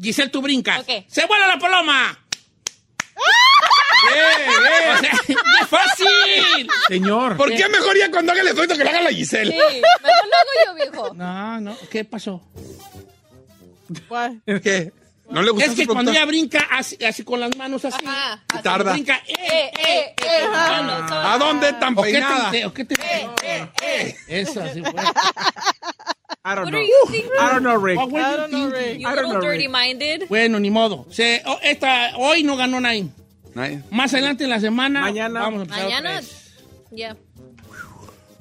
[SPEAKER 1] Giselle, tú brincas.
[SPEAKER 3] Ok.
[SPEAKER 1] ¡Se vuela la paloma! O sea, ¡Es fácil!
[SPEAKER 4] Señor.
[SPEAKER 2] ¿Por qué mejor ya cuando haga el efecto que lo haga la
[SPEAKER 3] Sí,
[SPEAKER 2] Giselle?
[SPEAKER 3] mejor lo hago yo, viejo.
[SPEAKER 1] No, no. ¿Qué pasó?
[SPEAKER 5] ¿Cuál?
[SPEAKER 2] ¿Qué? ¿No le gusta
[SPEAKER 1] Es que cuando ella brinca, así, así con las manos así.
[SPEAKER 3] Ajá.
[SPEAKER 2] Tarda.
[SPEAKER 1] Brinca. ¡Eh,
[SPEAKER 3] Eh, Ah. eh, eh. No, no, no.
[SPEAKER 2] ¿A dónde tan
[SPEAKER 1] ¿O qué te
[SPEAKER 2] peinada?
[SPEAKER 1] inte- o qué te-
[SPEAKER 3] Eh.
[SPEAKER 1] Eso, así fue.
[SPEAKER 4] I don't
[SPEAKER 3] What
[SPEAKER 4] know.
[SPEAKER 3] are you thinking?
[SPEAKER 4] I don't know, Rick.
[SPEAKER 1] Oh, güey.
[SPEAKER 5] I don't know, Rick.
[SPEAKER 3] You
[SPEAKER 4] I don't
[SPEAKER 3] little
[SPEAKER 4] know, Rick.
[SPEAKER 3] dirty minded.
[SPEAKER 1] Bueno, ni modo. Se- o- esta, hoy no ganó nadie.
[SPEAKER 2] Nadie.
[SPEAKER 1] Más adelante en la semana.
[SPEAKER 4] Mañana.
[SPEAKER 1] Vamos a empezar otra
[SPEAKER 3] Mañana.
[SPEAKER 1] vez.
[SPEAKER 3] Ya.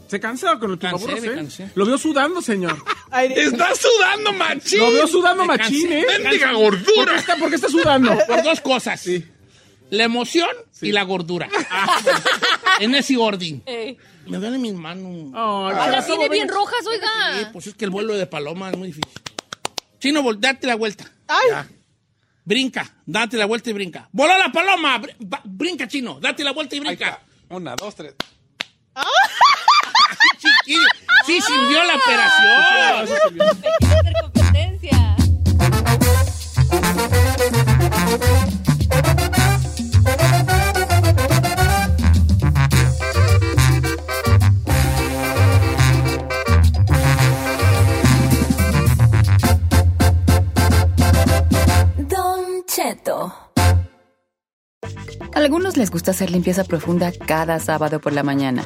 [SPEAKER 4] Se cansa con el tumbaburros,
[SPEAKER 1] Cansé, me
[SPEAKER 4] ¿eh?
[SPEAKER 1] cansé.
[SPEAKER 4] Lo veo sudando, señor.
[SPEAKER 5] Ay,
[SPEAKER 2] ¡Está sudando, machín!
[SPEAKER 4] Lo veo sudando
[SPEAKER 1] Me cansé.
[SPEAKER 4] machín, ¿eh?
[SPEAKER 2] ¡Mendiga
[SPEAKER 4] ¿Por qué
[SPEAKER 2] gordura!
[SPEAKER 4] está, por qué está sudando?
[SPEAKER 1] Por dos cosas.
[SPEAKER 4] Sí.
[SPEAKER 1] La emoción y la gordura.
[SPEAKER 2] Ah.
[SPEAKER 1] en ese orden.
[SPEAKER 3] Ey.
[SPEAKER 1] Me duele mis manos.
[SPEAKER 4] Ay,
[SPEAKER 3] Ah,
[SPEAKER 4] se
[SPEAKER 3] Las
[SPEAKER 4] las
[SPEAKER 3] tiene
[SPEAKER 4] hago
[SPEAKER 3] bien
[SPEAKER 4] ver.
[SPEAKER 3] rojas,
[SPEAKER 1] Sí,
[SPEAKER 3] oiga.
[SPEAKER 1] pues es que el vuelo de paloma es muy difícil. Chino, vol- date la vuelta.
[SPEAKER 5] ay.
[SPEAKER 1] Brinca. Date la vuelta y brinca. ¡Voló la paloma! Br- ba- brinca, chino. Date la vuelta y
[SPEAKER 2] Ahí
[SPEAKER 1] brinca.
[SPEAKER 2] está. Una, dos, tres.
[SPEAKER 1] Chiquillo. Sí, sirvió la operación.
[SPEAKER 3] Hay que hacer competencia.
[SPEAKER 6] Don Cheto.
[SPEAKER 11] Algunos les gusta hacer limpieza profunda cada sábado por la mañana.